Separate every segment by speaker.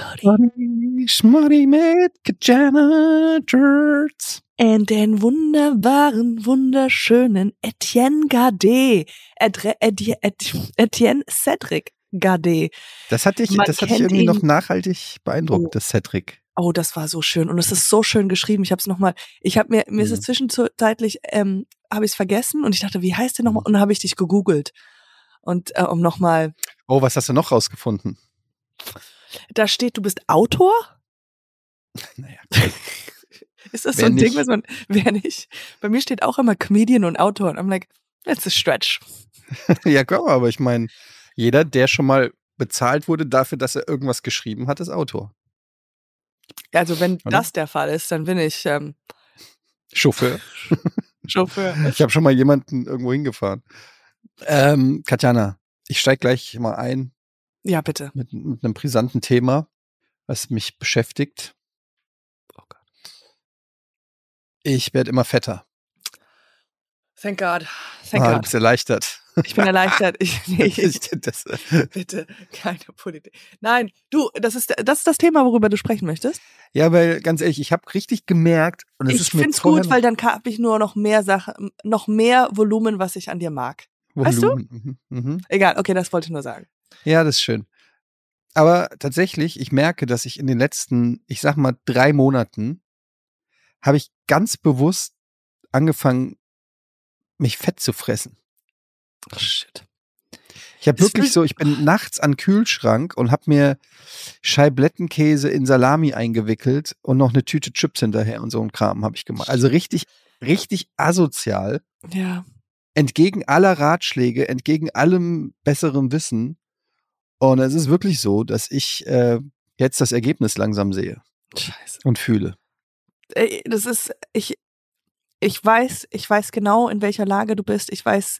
Speaker 1: Schmuddy, Schmuddy mit Jenna Turtz.
Speaker 2: Und den wunderbaren, wunderschönen Etienne Gade. Etienne Cedric Gade.
Speaker 1: Das hatte ich,
Speaker 2: Man
Speaker 1: das hatte ich
Speaker 2: kennt
Speaker 1: irgendwie
Speaker 2: ihn.
Speaker 1: noch nachhaltig beeindruckt, das Cedric.
Speaker 2: Oh, das war so schön und es ist so schön geschrieben. Ich habe es noch mal. Ich habe mir mir ist es
Speaker 1: Mhm.
Speaker 2: zwischenzeitlich ähm, habe ich es vergessen und ich dachte, wie heißt der nochmal? Und dann habe ich dich gegoogelt und äh, um noch mal.
Speaker 1: Oh, was hast du noch rausgefunden?
Speaker 2: Da steht, du bist Autor.
Speaker 1: Naja.
Speaker 2: Ist das so
Speaker 1: Wer
Speaker 2: ein Ding,
Speaker 1: nicht?
Speaker 2: was man wer nicht? Bei mir steht auch immer Comedian und Autor und I'm like, that's a stretch.
Speaker 1: ja, komm, aber ich meine, jeder, der schon mal bezahlt wurde dafür, dass er irgendwas geschrieben hat, ist Autor.
Speaker 2: Also wenn
Speaker 1: Oder?
Speaker 2: das der Fall ist, dann bin ich ähm,
Speaker 1: Chauffeur.
Speaker 2: Chauffeur.
Speaker 1: Ich habe schon mal jemanden irgendwo hingefahren. Ähm, Katjana, ich steige gleich mal ein
Speaker 2: Ja, bitte.
Speaker 1: mit, mit einem brisanten Thema, was mich beschäftigt.
Speaker 2: Oh
Speaker 1: Ich werde immer fetter.
Speaker 2: Thank God. Thank
Speaker 1: ah, du
Speaker 2: God.
Speaker 1: bist erleichtert.
Speaker 2: Ich bin erleichtert. Ich, nee, ich,
Speaker 1: das,
Speaker 2: bitte, keine Politik. Nein, du, das ist, das ist das Thema, worüber du sprechen möchtest.
Speaker 1: ja, weil ganz ehrlich, ich habe richtig gemerkt und es
Speaker 2: ich
Speaker 1: ist mir
Speaker 2: finde es
Speaker 1: vorher
Speaker 2: gut, weil dann habe ich nur noch mehr Sachen, noch mehr Volumen, was ich an dir mag. weißt du?
Speaker 1: Volumen. Mhm, mhm.
Speaker 2: Egal, okay, das wollte ich nur sagen.
Speaker 1: Ja, das ist schön. Aber tatsächlich, ich merke, dass ich in den letzten, ich sag mal, drei Monaten habe ich ganz bewusst angefangen, mich fett zu fressen.
Speaker 2: Oh, shit.
Speaker 1: Ich habe
Speaker 2: Es
Speaker 1: wirklich
Speaker 2: fühlt-
Speaker 1: so, ich bin nachts an den Kühlschrank und habe mir Scheiblettenkäse in Salami eingewickelt und noch eine Tüte Chips hinterher und so ein Kram habe ich gemacht. Also richtig, richtig asozial,
Speaker 2: Ja.
Speaker 1: entgegen aller Ratschläge, entgegen allem besseren Wissen. Und es ist wirklich so, dass ich äh, jetzt das Ergebnis langsam sehe
Speaker 2: Scheiße.
Speaker 1: und fühle.
Speaker 2: Ey, Äh, Das ist, ich, ich weiß, ich weiß genau, in welcher Lage du bist. Ich weiß,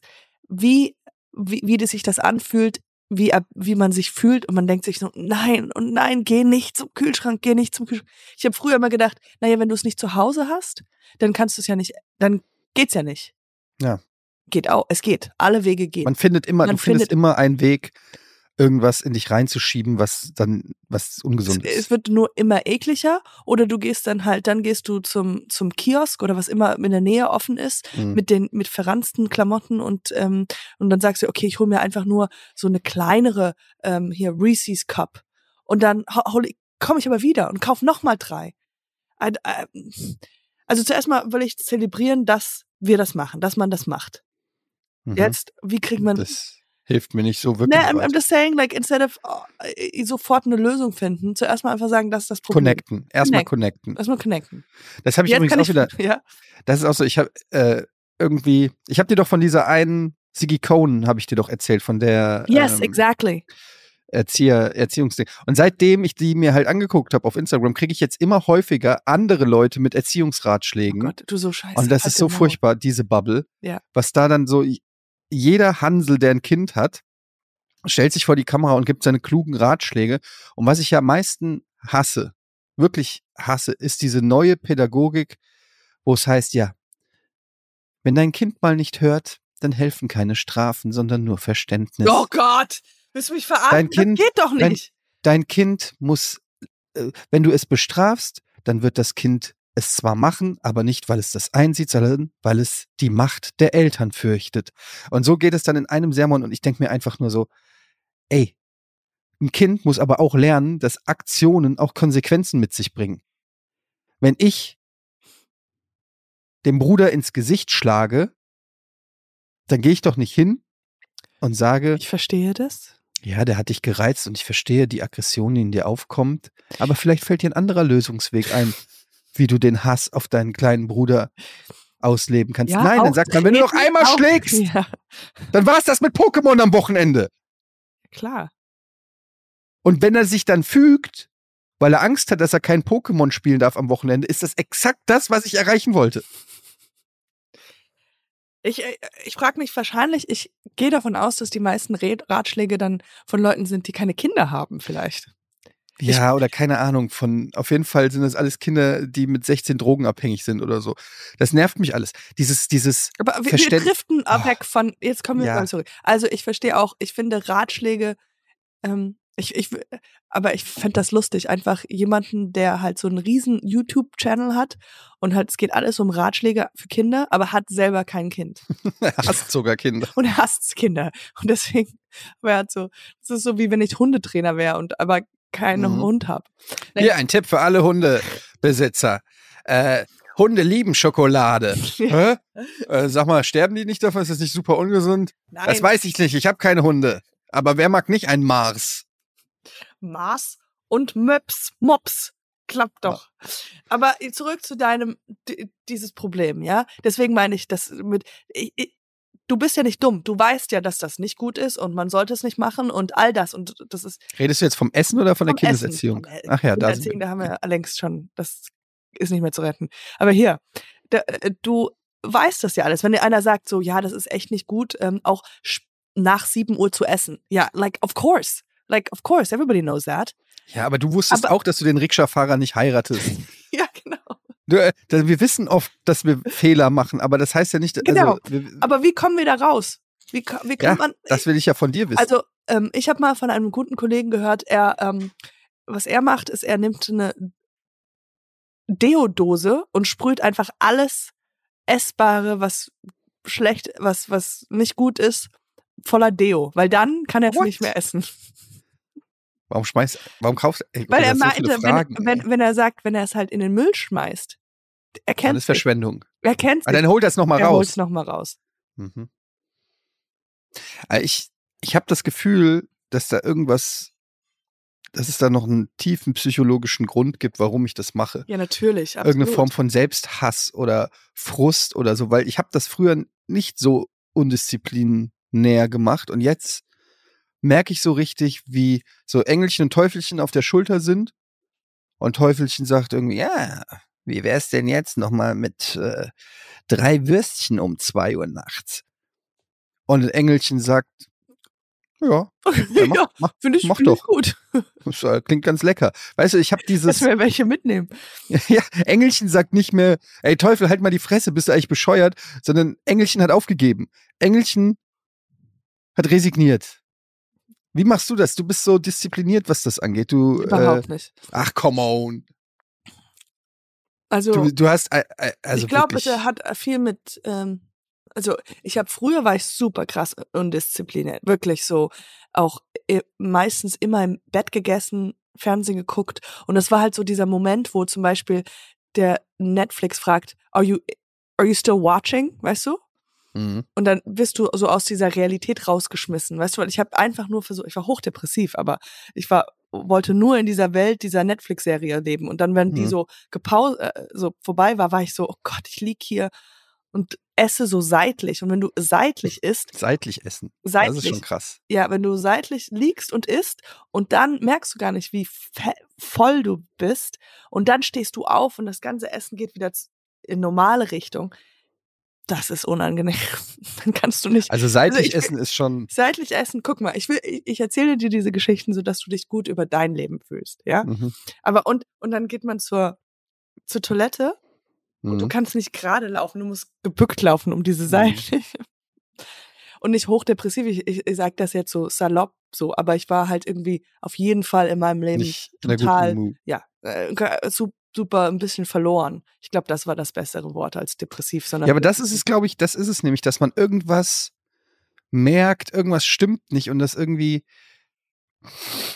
Speaker 2: wie, wie, wie das sich das anfühlt, wie, ab- wie man sich fühlt und man denkt sich so, nein und nein, geh nicht zum Kühlschrank, geh nicht zum Kühlschrank. Ich habe früher immer gedacht, naja, wenn du es nicht zu Hause hast, dann kannst du es ja nicht, dann geht's ja nicht.
Speaker 1: Ja.
Speaker 2: Geht auch, es geht. Alle Wege gehen.
Speaker 1: Man findet immer,
Speaker 2: Man
Speaker 1: du findest
Speaker 2: findet-
Speaker 1: immer einen Weg, irgendwas in dich reinzuschieben, was dann, was
Speaker 2: es,
Speaker 1: ungesund
Speaker 2: es
Speaker 1: ist.
Speaker 2: wird nur immer ekliger oder du gehst dann halt, dann gehst du zum, zum Kiosk oder was immer in der Nähe offen ist
Speaker 1: Mhm.
Speaker 2: mit den mit verranzten Klamotten und ähm, und dann sagst du, okay, ich hole mir einfach nur so eine kleinere ähm, hier Reese's Cup und dann komme ich aber wieder und kauf noch mal drei. Ein- äh, Also zuerst mal will ich zelebrieren, dass wir das machen, dass man das macht.
Speaker 1: Mhm.
Speaker 2: Jetzt, wie kriegt man
Speaker 1: das hilft mir nicht so wirklich.
Speaker 2: Ne, I'm, I'm
Speaker 1: weiter.
Speaker 2: just saying, like, instead of äh, sofort eine Lösung finden, zuerst mal einfach sagen, das ist das Problem.
Speaker 1: connecten. Erstmal connecten.
Speaker 2: Erstmal connecten.
Speaker 1: Das habe ich übrigens auch wieder.
Speaker 2: ja.
Speaker 1: Das ist auch so, ich habe äh, irgendwie, ich habe dir doch von dieser einen Siggy Cohen habe ich dir doch erzählt von der
Speaker 2: Yes,
Speaker 1: ähm,
Speaker 2: exactly.
Speaker 1: Erzieher, Erziehungsding. Und seitdem ich die mir halt angeguckt habe auf Instagram, kriege ich jetzt immer häufiger andere Leute mit
Speaker 2: Oh
Speaker 1: Erziehungsratschlägen.
Speaker 2: Gott, du so scheiße.
Speaker 1: hm? Und das ist so
Speaker 2: Genau.
Speaker 1: furchtbar, diese Bubble.
Speaker 2: Ja.
Speaker 1: Was da dann so, jeder Hansel, der ein Kind hat, stellt sich vor die Kamera und gibt seine klugen Ratschläge. Und was ich ja am meisten hasse, wirklich hasse, ist diese neue Pädagogik, wo es heißt, ja, wenn dein Kind mal nicht hört, dann helfen keine Strafen, sondern nur Verständnis.
Speaker 2: Oh Gott, willst du mich verarschen?
Speaker 1: Dein Kind-
Speaker 2: das geht doch
Speaker 1: dein-
Speaker 2: nicht.
Speaker 1: Dein Kind muss, äh, wenn du es bestrafst, dann wird das Kind es zwar machen, aber nicht, weil es das einsieht, sondern weil es die Macht der Eltern fürchtet. Und so geht es dann in einem Sermon und ich denke mir einfach nur so, ey, ein Kind muss aber auch lernen, dass Aktionen auch Konsequenzen mit sich bringen. Wenn ich dem Bruder ins Gesicht schlage, dann gehe ich doch nicht hin und sage,
Speaker 2: ich verstehe das.
Speaker 1: ja, der hat dich gereizt und ich verstehe die Aggression, die in dir aufkommt. Aber vielleicht fällt dir ein anderer Lösungsweg ein, wie du den Hass auf deinen kleinen Bruder ausleben kannst.
Speaker 2: Ja,
Speaker 1: Nein, dann
Speaker 2: auch
Speaker 1: sagt man, wenn du noch
Speaker 2: treten,
Speaker 1: einmal
Speaker 2: auch-
Speaker 1: schlägst,
Speaker 2: Ja,
Speaker 1: dann war es das mit Pokémon am Wochenende.
Speaker 2: klar.
Speaker 1: Und wenn er sich dann fügt, weil er Angst hat, dass er kein Pokémon spielen darf am Wochenende, ist das exakt das, was ich erreichen wollte.
Speaker 2: Ich, äh, ich frage mich wahrscheinlich, ich gehe davon aus, dass die meisten Red- Ratschläge dann von Leuten sind, die keine Kinder haben, vielleicht.
Speaker 1: Ja, oder keine Ahnung, von auf jeden Fall sind das alles Kinder, die mit 16 drogenabhängig sind oder so. Das nervt mich alles. Dieses, dieses,
Speaker 2: Aber wir, wir
Speaker 1: Verständ-
Speaker 2: driften
Speaker 1: Ah.
Speaker 2: weg von, jetzt kommen wir oh,
Speaker 1: Ja.
Speaker 2: mal zurück. Also ich verstehe auch, ich finde Ratschläge, ähm, Ich, ich, aber ich fänd das lustig, einfach jemanden, der halt so einen riesen YouTube-Channel hat und halt, es geht alles um Ratschläge für Kinder, aber hat selber kein Kind.
Speaker 1: Er hasst sogar Kinder.
Speaker 2: Und er hasst Kinder. Und deswegen, aber er hat so, es ist so wie wenn ich Hundetrainer wäre und aber keinen
Speaker 1: Mhm.
Speaker 2: Hund hab.
Speaker 1: Hier ein Tipp für alle Hundebesitzer. Äh, Hunde lieben Schokolade. Hä? Äh, sag mal, sterben die nicht davon? Ist das nicht super ungesund?
Speaker 2: Nein,
Speaker 1: Das weiß ich nicht. Ich habe keine Hunde. Aber wer mag nicht einen Mars?
Speaker 2: Mars und Möps, Mops. Klappt doch. Aber zurück zu deinem, d- dieses Problem, ja? Deswegen meine ich, das mit, ich, ich, du bist ja nicht dumm. Du weißt ja, dass das nicht gut ist und man sollte es nicht machen und all das. Und das ist
Speaker 1: Redest du jetzt vom Essen oder von der
Speaker 2: vom Essen,
Speaker 1: Kindeserziehung?
Speaker 2: vom E-
Speaker 1: Ach ja, da sind
Speaker 2: Kindererziehung,
Speaker 1: wir.
Speaker 2: da haben wir längst schon, das ist nicht mehr zu retten. Aber hier, da, äh, du weißt das ja alles. Wenn dir einer sagt, so, ja, das ist echt nicht gut, ähm, auch sch- nach 7 Uhr zu essen. Ja, like, of course. Like, of course, everybody knows that.
Speaker 1: Ja, aber du wusstest
Speaker 2: Aber-
Speaker 1: auch, dass du den Rikscha-Fahrer nicht heiratest.
Speaker 2: Ja, genau.
Speaker 1: Du, äh, da- wir wissen oft, dass wir Fehler machen, aber das heißt ja nicht, also,
Speaker 2: Genau.
Speaker 1: wir,
Speaker 2: Aber wie kommen wir da raus? Wie, ko- wie
Speaker 1: Ja,
Speaker 2: kommt man?
Speaker 1: das will ich ja von dir wissen.
Speaker 2: also, ähm, ich habe mal von einem guten Kollegen gehört, er, ähm, was er macht, ist, er nimmt eine Deodose und sprüht einfach alles Essbare, was schlecht, was, was nicht gut ist, voller Deo. Weil dann kann er es
Speaker 1: What?
Speaker 2: nicht mehr essen.
Speaker 1: warum schmeißt, warum kaufst du, ey,
Speaker 2: Weil
Speaker 1: du
Speaker 2: er
Speaker 1: hast so viele
Speaker 2: meinte,
Speaker 1: Fragen,
Speaker 2: wenn,
Speaker 1: ey.
Speaker 2: wenn, wenn er sagt, wenn er es halt in den Müll schmeißt, er
Speaker 1: dann
Speaker 2: kennt
Speaker 1: ist
Speaker 2: es.
Speaker 1: Verschwendung.
Speaker 2: Er kennt
Speaker 1: Ah, dann hol das nochmal
Speaker 2: Er holt
Speaker 1: raus.
Speaker 2: es nochmal raus.
Speaker 1: Mhm. Ah, Ich, ich habe das Gefühl, dass da irgendwas, dass es da noch einen tiefen psychologischen Grund gibt, warum ich das mache.
Speaker 2: Ja, natürlich.
Speaker 1: Irgendeine
Speaker 2: absolut.
Speaker 1: Form von Selbsthass oder Frust oder so, weil ich habe das früher nicht so undisziplinär gemacht und jetzt merke ich so richtig, wie so Engelchen und Teufelchen auf der Schulter sind und Teufelchen sagt irgendwie, ja, wie wär's denn jetzt nochmal mit äh, drei Würstchen um zwei Uhr nachts? Und Engelchen sagt, ja, ja mach,
Speaker 2: ja,
Speaker 1: mach,
Speaker 2: finde ich,
Speaker 1: mach
Speaker 2: find ich
Speaker 1: doch.
Speaker 2: gut.
Speaker 1: das äh, klingt ganz lecker. Weißt du, ich habe dieses...
Speaker 2: Dass wir welche mitnehmen.
Speaker 1: Ja, Engelchen sagt nicht mehr, ey Teufel, halt mal die Fresse, bist du eigentlich bescheuert, sondern Engelchen hat aufgegeben. Engelchen hat resigniert. Wie machst du das? Du bist so diszipliniert, was das angeht. Du, äh,
Speaker 2: Überhaupt nicht.
Speaker 1: ach come on.
Speaker 2: Also,
Speaker 1: Du, du hast, äh, äh, also
Speaker 2: ich glaube,
Speaker 1: wirklich,
Speaker 2: es hat äh, viel mit, ähm, also ich habe früher war ich super krass undiszipliniert, wirklich so auch äh, meistens immer im Bett gegessen, Fernsehen geguckt und das war halt so dieser Moment, wo zum Beispiel der Netflix fragt, are you eh, are you still watching, weißt du?
Speaker 1: Mhm.
Speaker 2: Und dann bist du so aus dieser Realität rausgeschmissen, weißt du, weil ich habe einfach nur versucht, ich war hochdepressiv, aber ich war wollte nur in dieser Welt dieser Netflix-Serie leben. Und dann, wenn die
Speaker 1: Mhm.
Speaker 2: so gepau äh, so vorbei war, war ich so, oh Gott, ich lieg hier und esse so seitlich. Und wenn du seitlich isst,
Speaker 1: seitlich essen. Das ist
Speaker 2: seitlich,
Speaker 1: schon krass.
Speaker 2: ja, wenn du seitlich liegst und isst und dann merkst du gar nicht, wie fe- voll du bist und dann stehst du auf und das ganze Essen geht wieder z- in normale Richtung. Das ist unangenehm. Dann kannst du nicht
Speaker 1: Also seitlich
Speaker 2: ich-
Speaker 1: essen ist schon.
Speaker 2: seitlich essen. Guck mal, ich will, ich, ich erzähle dir diese Geschichten, so dass du dich gut über dein Leben fühlst, ja.
Speaker 1: Mhm.
Speaker 2: Aber und und dann geht man zur zur Toilette und du
Speaker 1: Mhm.
Speaker 2: kannst nicht gerade laufen, du musst gebückt laufen um diese Seite.
Speaker 1: Mhm.
Speaker 2: Und nicht hochdepressiv, ich, ich, ich sage das jetzt so salopp so, aber ich war halt irgendwie auf jeden Fall in meinem Leben,
Speaker 1: Nicht in der
Speaker 2: total-
Speaker 1: guten Mood.
Speaker 2: ja, äh, su- super ein bisschen verloren. Ich glaube, das war das bessere Wort als depressiv, sondern
Speaker 1: Ja, aber das ist es, glaube ich, das ist es nämlich, dass man irgendwas merkt, irgendwas stimmt nicht und das irgendwie.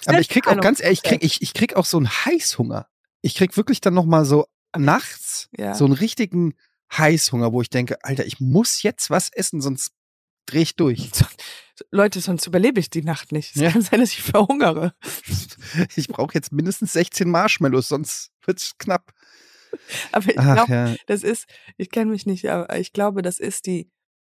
Speaker 1: Aber ich krieg auch
Speaker 2: Selbstheilung.
Speaker 1: ganz ehrlich, ich krieg, ich, ich krieg auch so einen Heißhunger. Ich krieg wirklich dann nochmal so nachts
Speaker 2: ja.
Speaker 1: so einen richtigen Heißhunger, wo ich denke, Alter, ich muss jetzt was essen, sonst dreh ich durch.
Speaker 2: Leute, sonst überlebe ich die Nacht nicht. Es
Speaker 1: Ja.
Speaker 2: kann sein, dass ich verhungere.
Speaker 1: Ich brauche jetzt mindestens 16 Marshmallows, sonst wird's knapp.
Speaker 2: Aber ich
Speaker 1: Ach
Speaker 2: glaube,
Speaker 1: ja.
Speaker 2: das ist, ich kenne mich nicht, aber ich glaube, das ist die,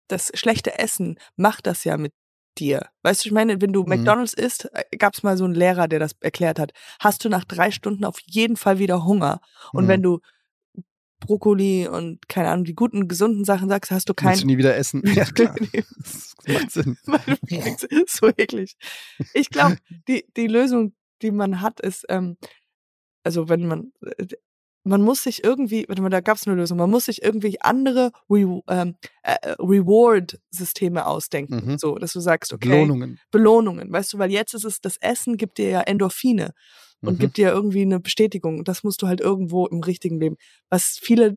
Speaker 2: das schlechte Essen macht das ja mit dir. Weißt du, ich meine, wenn du
Speaker 1: Mhm.
Speaker 2: McDonalds isst, gab es mal so einen Lehrer, der das erklärt hat, hast du nach drei Stunden auf jeden Fall wieder Hunger. Und
Speaker 1: Mhm.
Speaker 2: wenn du Brokkoli und keine Ahnung, die guten, gesunden Sachen sagst, hast du
Speaker 1: Kannst du
Speaker 2: kein.
Speaker 1: nie wieder essen. Ja, klar. Das macht Sinn.
Speaker 2: Weil du kriegst- so eklig. Ich glaube, die, die Lösung, die man hat, ist, ähm, also wenn man, äh, man muss sich irgendwie, warte mal, da gab es eine Lösung, man muss sich irgendwie andere Re ähm, äh, Reward-Systeme ausdenken.
Speaker 1: Mhm.
Speaker 2: So, dass du sagst, okay,
Speaker 1: Belohnungen.
Speaker 2: Belohnungen, weißt du, weil jetzt ist es, das Essen gibt dir ja Endorphine und
Speaker 1: Mhm.
Speaker 2: gibt dir irgendwie eine Bestätigung. Das musst du halt irgendwo im richtigen Leben. Was viele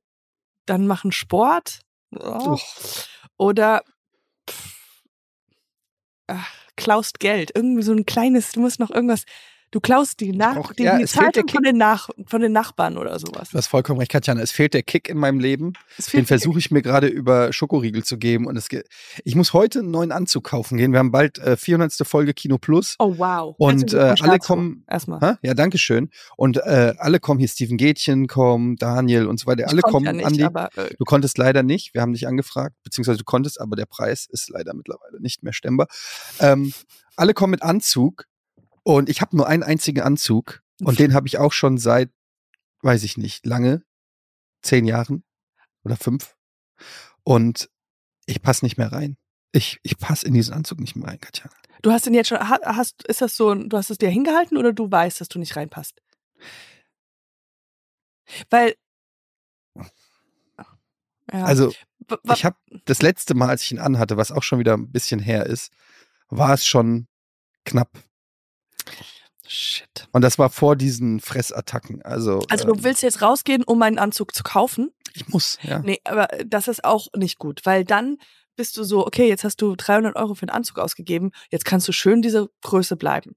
Speaker 2: dann machen, Sport oh,
Speaker 1: Uch.
Speaker 2: oder pff, ach, klaust Geld. Irgendwie so ein kleines, du musst noch irgendwas, du klaust die, nach,
Speaker 1: brauch-
Speaker 2: die,
Speaker 1: ja,
Speaker 2: die
Speaker 1: es fehlt der
Speaker 2: Zeitung von den, nach, von den Nachbarn oder sowas.
Speaker 1: Du hast vollkommen recht, Katjana. Es fehlt der Kick in meinem Leben.
Speaker 2: Es
Speaker 1: Den
Speaker 2: fehlt-
Speaker 1: versuche ich mir gerade über Schokoriegel zu geben. Und es ge ich muss heute einen neuen Anzug kaufen gehen. Wir haben bald äh, 400. Folge Kino Plus.
Speaker 2: Oh wow. Herzlichen
Speaker 1: Und,
Speaker 2: Glückwunsch
Speaker 1: äh, alle
Speaker 2: dazu.
Speaker 1: kommen-
Speaker 2: erstmal.
Speaker 1: Hä? Ja, danke schön. Und äh, alle kommen hier, Steven Gätchen kommen, Daniel und so weiter.
Speaker 2: Ich
Speaker 1: Alle
Speaker 2: konnte
Speaker 1: kommen,
Speaker 2: ja nicht,
Speaker 1: Andi.
Speaker 2: aber, äh,
Speaker 1: Du konntest leider nicht, wir haben dich angefragt, beziehungsweise du konntest, aber der Preis ist leider mittlerweile nicht mehr stemmbar. Ähm, alle kommen mit Anzug und ich habe nur einen einzigen Anzug und den habe ich auch schon seit, weiß ich nicht, lange, zehn Jahren oder fünf. Und ich passe nicht mehr rein. Ich, ich passe in diesen Anzug nicht mehr rein, Katjana.
Speaker 2: Du hast ihn jetzt schon, ha- hast, ist das so, ein- du hast es dir hingehalten oder du weißt, dass du nicht reinpasst? Weil, ja.
Speaker 1: Also
Speaker 2: W- wa-
Speaker 1: ich habe das letzte Mal, als ich ihn anhatte, was auch schon wieder ein bisschen her ist, war es schon knapp.
Speaker 2: shit.
Speaker 1: Und das war vor diesen Fressattacken. Also,
Speaker 2: Also du
Speaker 1: ähm,
Speaker 2: willst jetzt rausgehen, um einen Anzug zu kaufen?
Speaker 1: Ich muss, ja.
Speaker 2: Nee, aber das ist auch nicht gut, weil dann bist du so, okay, jetzt hast du 300 Euro für einen Anzug ausgegeben, jetzt kannst du schön diese Größe bleiben.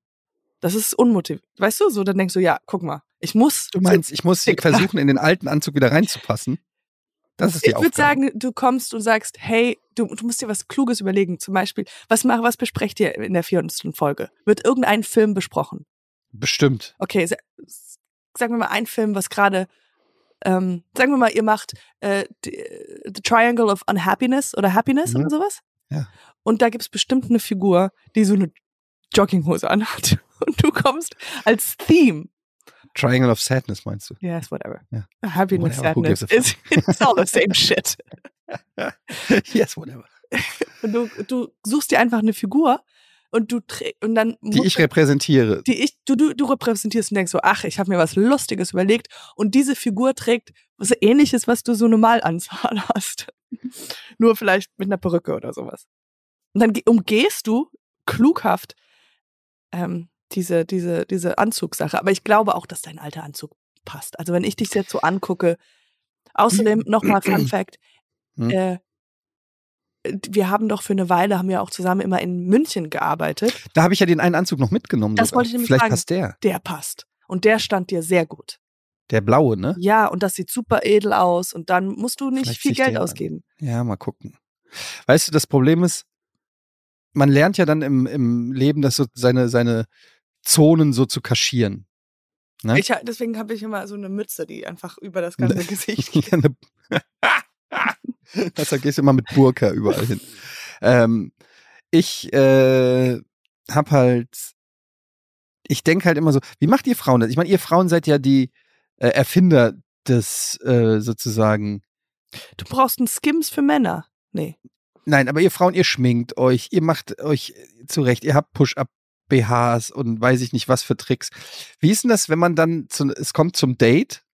Speaker 2: Das ist unmotiviert. Weißt du, so dann denkst du, ja, guck mal, ich muss.
Speaker 1: Du meinst, ich muss
Speaker 2: dick.
Speaker 1: versuchen, in den alten Anzug wieder reinzupassen. Das ist die
Speaker 2: Ich
Speaker 1: Aufgabe.
Speaker 2: würde sagen, du kommst und sagst, hey, du, du musst dir was Kluges überlegen. Zum Beispiel, was mach, was besprecht ihr in der 400. Folge? Wird irgendein Film besprochen?
Speaker 1: Bestimmt.
Speaker 2: Okay, sa- s- sagen wir mal einen Film, was gerade, ähm, sagen wir mal, ihr macht äh, die- The Triangle of Unhappiness oder Happiness
Speaker 1: Mhm.
Speaker 2: oder sowas.
Speaker 1: Ja.
Speaker 2: Und da gibt es bestimmt eine Figur, die so eine Jogginghose anhat. Und du kommst als Theme
Speaker 1: Triangle of Sadness meinst du?
Speaker 2: Yes, whatever.
Speaker 1: Ja.
Speaker 2: Happiness,
Speaker 1: Whatever, who
Speaker 2: sadness.
Speaker 1: gives a
Speaker 2: It's, it's all the same shit.
Speaker 1: yes, whatever.
Speaker 2: Und du, du suchst dir einfach eine Figur und du trä- und dann
Speaker 1: Die
Speaker 2: musst
Speaker 1: ich
Speaker 2: du,
Speaker 1: repräsentiere.
Speaker 2: die ich du, du du repräsentierst und denkst so, ach, ich habe mir was Lustiges überlegt und diese Figur trägt was Ähnliches, was du so normal anzahl hast, nur vielleicht mit einer Perücke oder sowas. Und dann ge- umgehst du klughaft ähm, diese diese diese Anzugssache. Aber ich glaube auch, dass dein alter Anzug passt. Also wenn ich dich jetzt so angucke, außerdem nochmal Fun Fact.
Speaker 1: Hm.
Speaker 2: Äh, wir haben doch für eine Weile, haben wir auch zusammen immer in München gearbeitet.
Speaker 1: Da habe ich ja den einen Anzug noch mitgenommen.
Speaker 2: Das
Speaker 1: sogar.
Speaker 2: wollte ich nämlich
Speaker 1: Vielleicht
Speaker 2: fragen.
Speaker 1: passt der.
Speaker 2: der passt. Und der stand dir sehr gut.
Speaker 1: Der blaue, ne?
Speaker 2: Ja, und das sieht super edel aus. Und dann musst du nicht
Speaker 1: Vielleicht zieh
Speaker 2: viel
Speaker 1: ich
Speaker 2: Geld
Speaker 1: den an.
Speaker 2: ausgeben.
Speaker 1: Ja, mal gucken. Weißt du, das Problem ist, man lernt ja dann im, im Leben, das so seine, seine Zonen so zu kaschieren. Ne?
Speaker 2: Ich, ha- deswegen habe ich immer so eine Mütze, die einfach über das ganze Gesicht geht.
Speaker 1: Eine- Deshalb Also gehst du immer mit Burka überall hin. Ähm, ich äh, hab halt, ich denke halt immer so, wie macht ihr Frauen das? Ich meine, ihr Frauen seid ja die äh, Erfinder des äh, sozusagen.
Speaker 2: Du brauchst einen Skims für Männer. Nee.
Speaker 1: Nein, aber ihr Frauen, ihr schminkt euch, ihr macht euch zurecht, ihr habt Push-up. BHs und weiß ich nicht was für Tricks. Wie ist denn das, wenn man dann zu, es kommt zum Date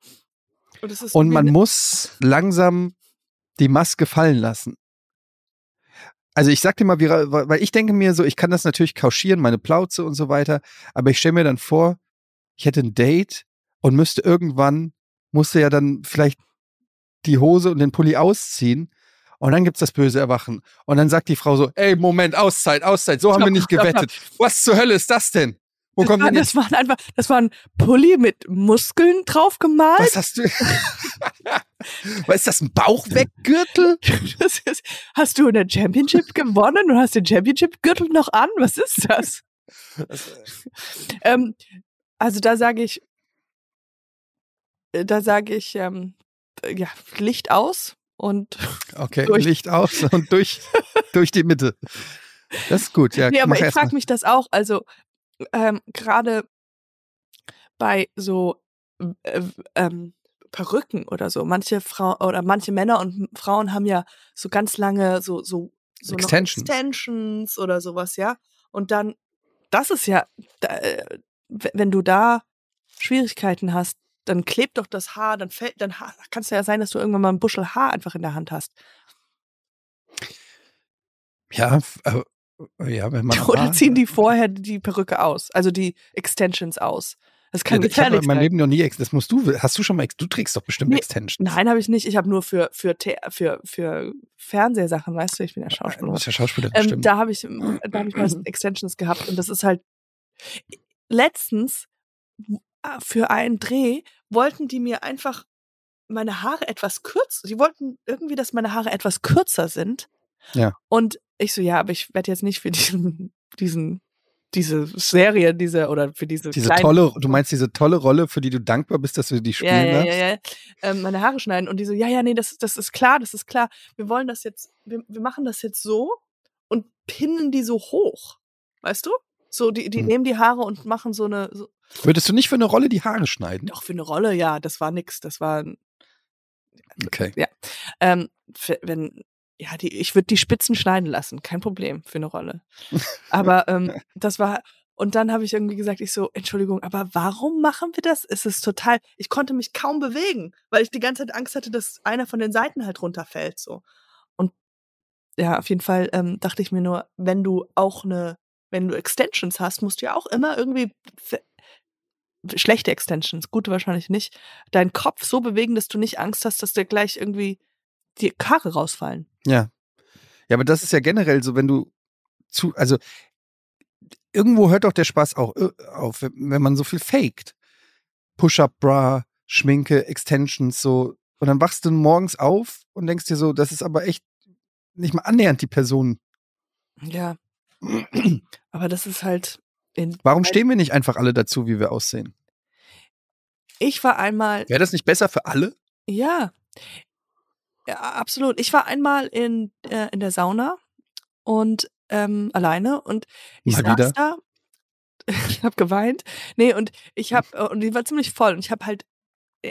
Speaker 2: Und, es ist
Speaker 1: Und
Speaker 2: wie
Speaker 1: man
Speaker 2: eine-
Speaker 1: muss langsam die Maske fallen lassen. Also ich sag dir mal, wie, ra- weil ich denke mir so, ich kann das natürlich kauschieren, meine Plauze und so weiter, aber ich stelle mir dann vor, ich hätte ein Date und müsste irgendwann, musste ja dann vielleicht die Hose und den Pulli ausziehen und dann gibt's das böse Erwachen. Und dann sagt die Frau so, ey, Moment, Auszeit, Auszeit, so haben wir
Speaker 2: Stopp,
Speaker 1: nicht
Speaker 2: stopp, stopp.
Speaker 1: gewettet. Was zur Hölle ist das denn? Wo
Speaker 2: das,
Speaker 1: kommt
Speaker 2: war,
Speaker 1: denn jetzt
Speaker 2: das waren einfach, das war ein Pulli mit Muskeln drauf gemalt.
Speaker 1: Was hast du? Was ist das ein Bauchweggürtel?
Speaker 2: Das ist, hast du in der Championship gewonnen und hast den Championship-Gürtel noch an? Was ist das?
Speaker 1: äh,
Speaker 2: Ähm, also da sage ich, äh, da sage ich, ähm, äh, ja, Licht aus und
Speaker 1: Okay,
Speaker 2: Durch-
Speaker 1: Licht aus und durch, durch die Mitte. Das ist gut, ja.
Speaker 2: nee, aber
Speaker 1: mach
Speaker 2: ich
Speaker 1: erst mal.
Speaker 2: frage mich das auch. Also ähm, gerade bei so äh, ähm, Perücken oder so. Manche Frauen oder manche Männer und M- Frauen haben ja so ganz lange so so, so noch
Speaker 1: Extensions.
Speaker 2: Extensions oder sowas, ja. Und dann, das ist ja, da, äh, w- wenn du da Schwierigkeiten hast, dann klebt doch das Haar, dann fällt, dann kann es ja sein, dass du irgendwann mal einen Buschel Haar einfach in der Hand hast.
Speaker 1: Ja, äh, ja, wenn man.
Speaker 2: Oder
Speaker 1: Haar-
Speaker 2: ziehen die vorher die Perücke aus, also die Extensions aus. Das kann
Speaker 1: Genau, ich habe
Speaker 2: gefährlich
Speaker 1: in meinem
Speaker 2: sein.
Speaker 1: Leben noch nie Ex- Das musst du. Hast du schon mal Ex- Du trägst doch bestimmt
Speaker 2: Nee,
Speaker 1: Extensions.
Speaker 2: Nein, habe ich nicht. Ich habe nur für, für, The- für, für Fernsehsachen, weißt du, ich bin ja
Speaker 1: Du
Speaker 2: Schauspielerin.
Speaker 1: bist ja Schauspielerin,
Speaker 2: Ähm,
Speaker 1: stimmt. Mhm.
Speaker 2: da habe ich, da hab ich mal Extensions gehabt und das ist halt letztens äh, für einen Dreh wollten die mir einfach meine Haare etwas kürzer. Die wollten irgendwie, dass meine Haare etwas kürzer sind.
Speaker 1: Ja.
Speaker 2: Und ich so, ja, aber ich werde jetzt nicht für diesen, diesen, diese Serie, diese oder für diese,
Speaker 1: diese
Speaker 2: kleinen-
Speaker 1: tolle, du meinst diese tolle Rolle, für die du dankbar bist, dass du die spielen ne?
Speaker 2: ja, ja,
Speaker 1: darfst?
Speaker 2: ja, ja. Ähm, meine Haare schneiden. Und die so, ja, ja, nee, das, das ist klar, das ist klar. Wir wollen das jetzt, wir, wir machen das jetzt so und pinnen die so hoch. Weißt du? So, die, die
Speaker 1: Hm.
Speaker 2: nehmen die Haare und machen so eine, so,
Speaker 1: Würdest du nicht für eine Rolle die Haare schneiden?
Speaker 2: doch für eine Rolle, ja, das war nix. Das war,
Speaker 1: Okay.
Speaker 2: ähm, für, wenn, ja, die, ich würde die Spitzen schneiden lassen, kein Problem für eine Rolle. Aber ähm, das war, und dann habe ich irgendwie gesagt, ich so, Entschuldigung, aber warum machen wir das? Es ist total, ich konnte mich kaum bewegen, weil ich die ganze Zeit Angst hatte, dass einer von den Seiten halt runterfällt. So. Und ja, auf jeden Fall ähm, dachte ich mir nur, wenn du auch eine, wenn du Extensions hast, musst du ja auch immer irgendwie f- schlechte Extensions, gute wahrscheinlich nicht, deinen Kopf so bewegen, dass du nicht Angst hast, dass dir gleich irgendwie die Haare rausfallen.
Speaker 1: Ja. Ja, aber das ist ja generell so, wenn du zu, also irgendwo hört doch der Spaß auch äh, auf, wenn man so viel faked. Push-up-Bra, Schminke, Extensions, so. Und dann wachst du morgens auf und denkst dir so, das ist aber echt nicht mal annähernd die Person.
Speaker 2: Ja. Aber das ist halt in.
Speaker 1: Warum stehen wir nicht einfach alle dazu, wie wir aussehen?
Speaker 2: Ich war einmal
Speaker 1: Wäre das nicht besser für alle?
Speaker 2: Ja. ja, absolut. Ich war einmal in, äh, in der Sauna und ähm, alleine und ich
Speaker 1: Mal
Speaker 2: saß
Speaker 1: wieder.
Speaker 2: da. Ich habe geweint. Nee, und ich habe, äh, und die war ziemlich voll. Und ich habe halt,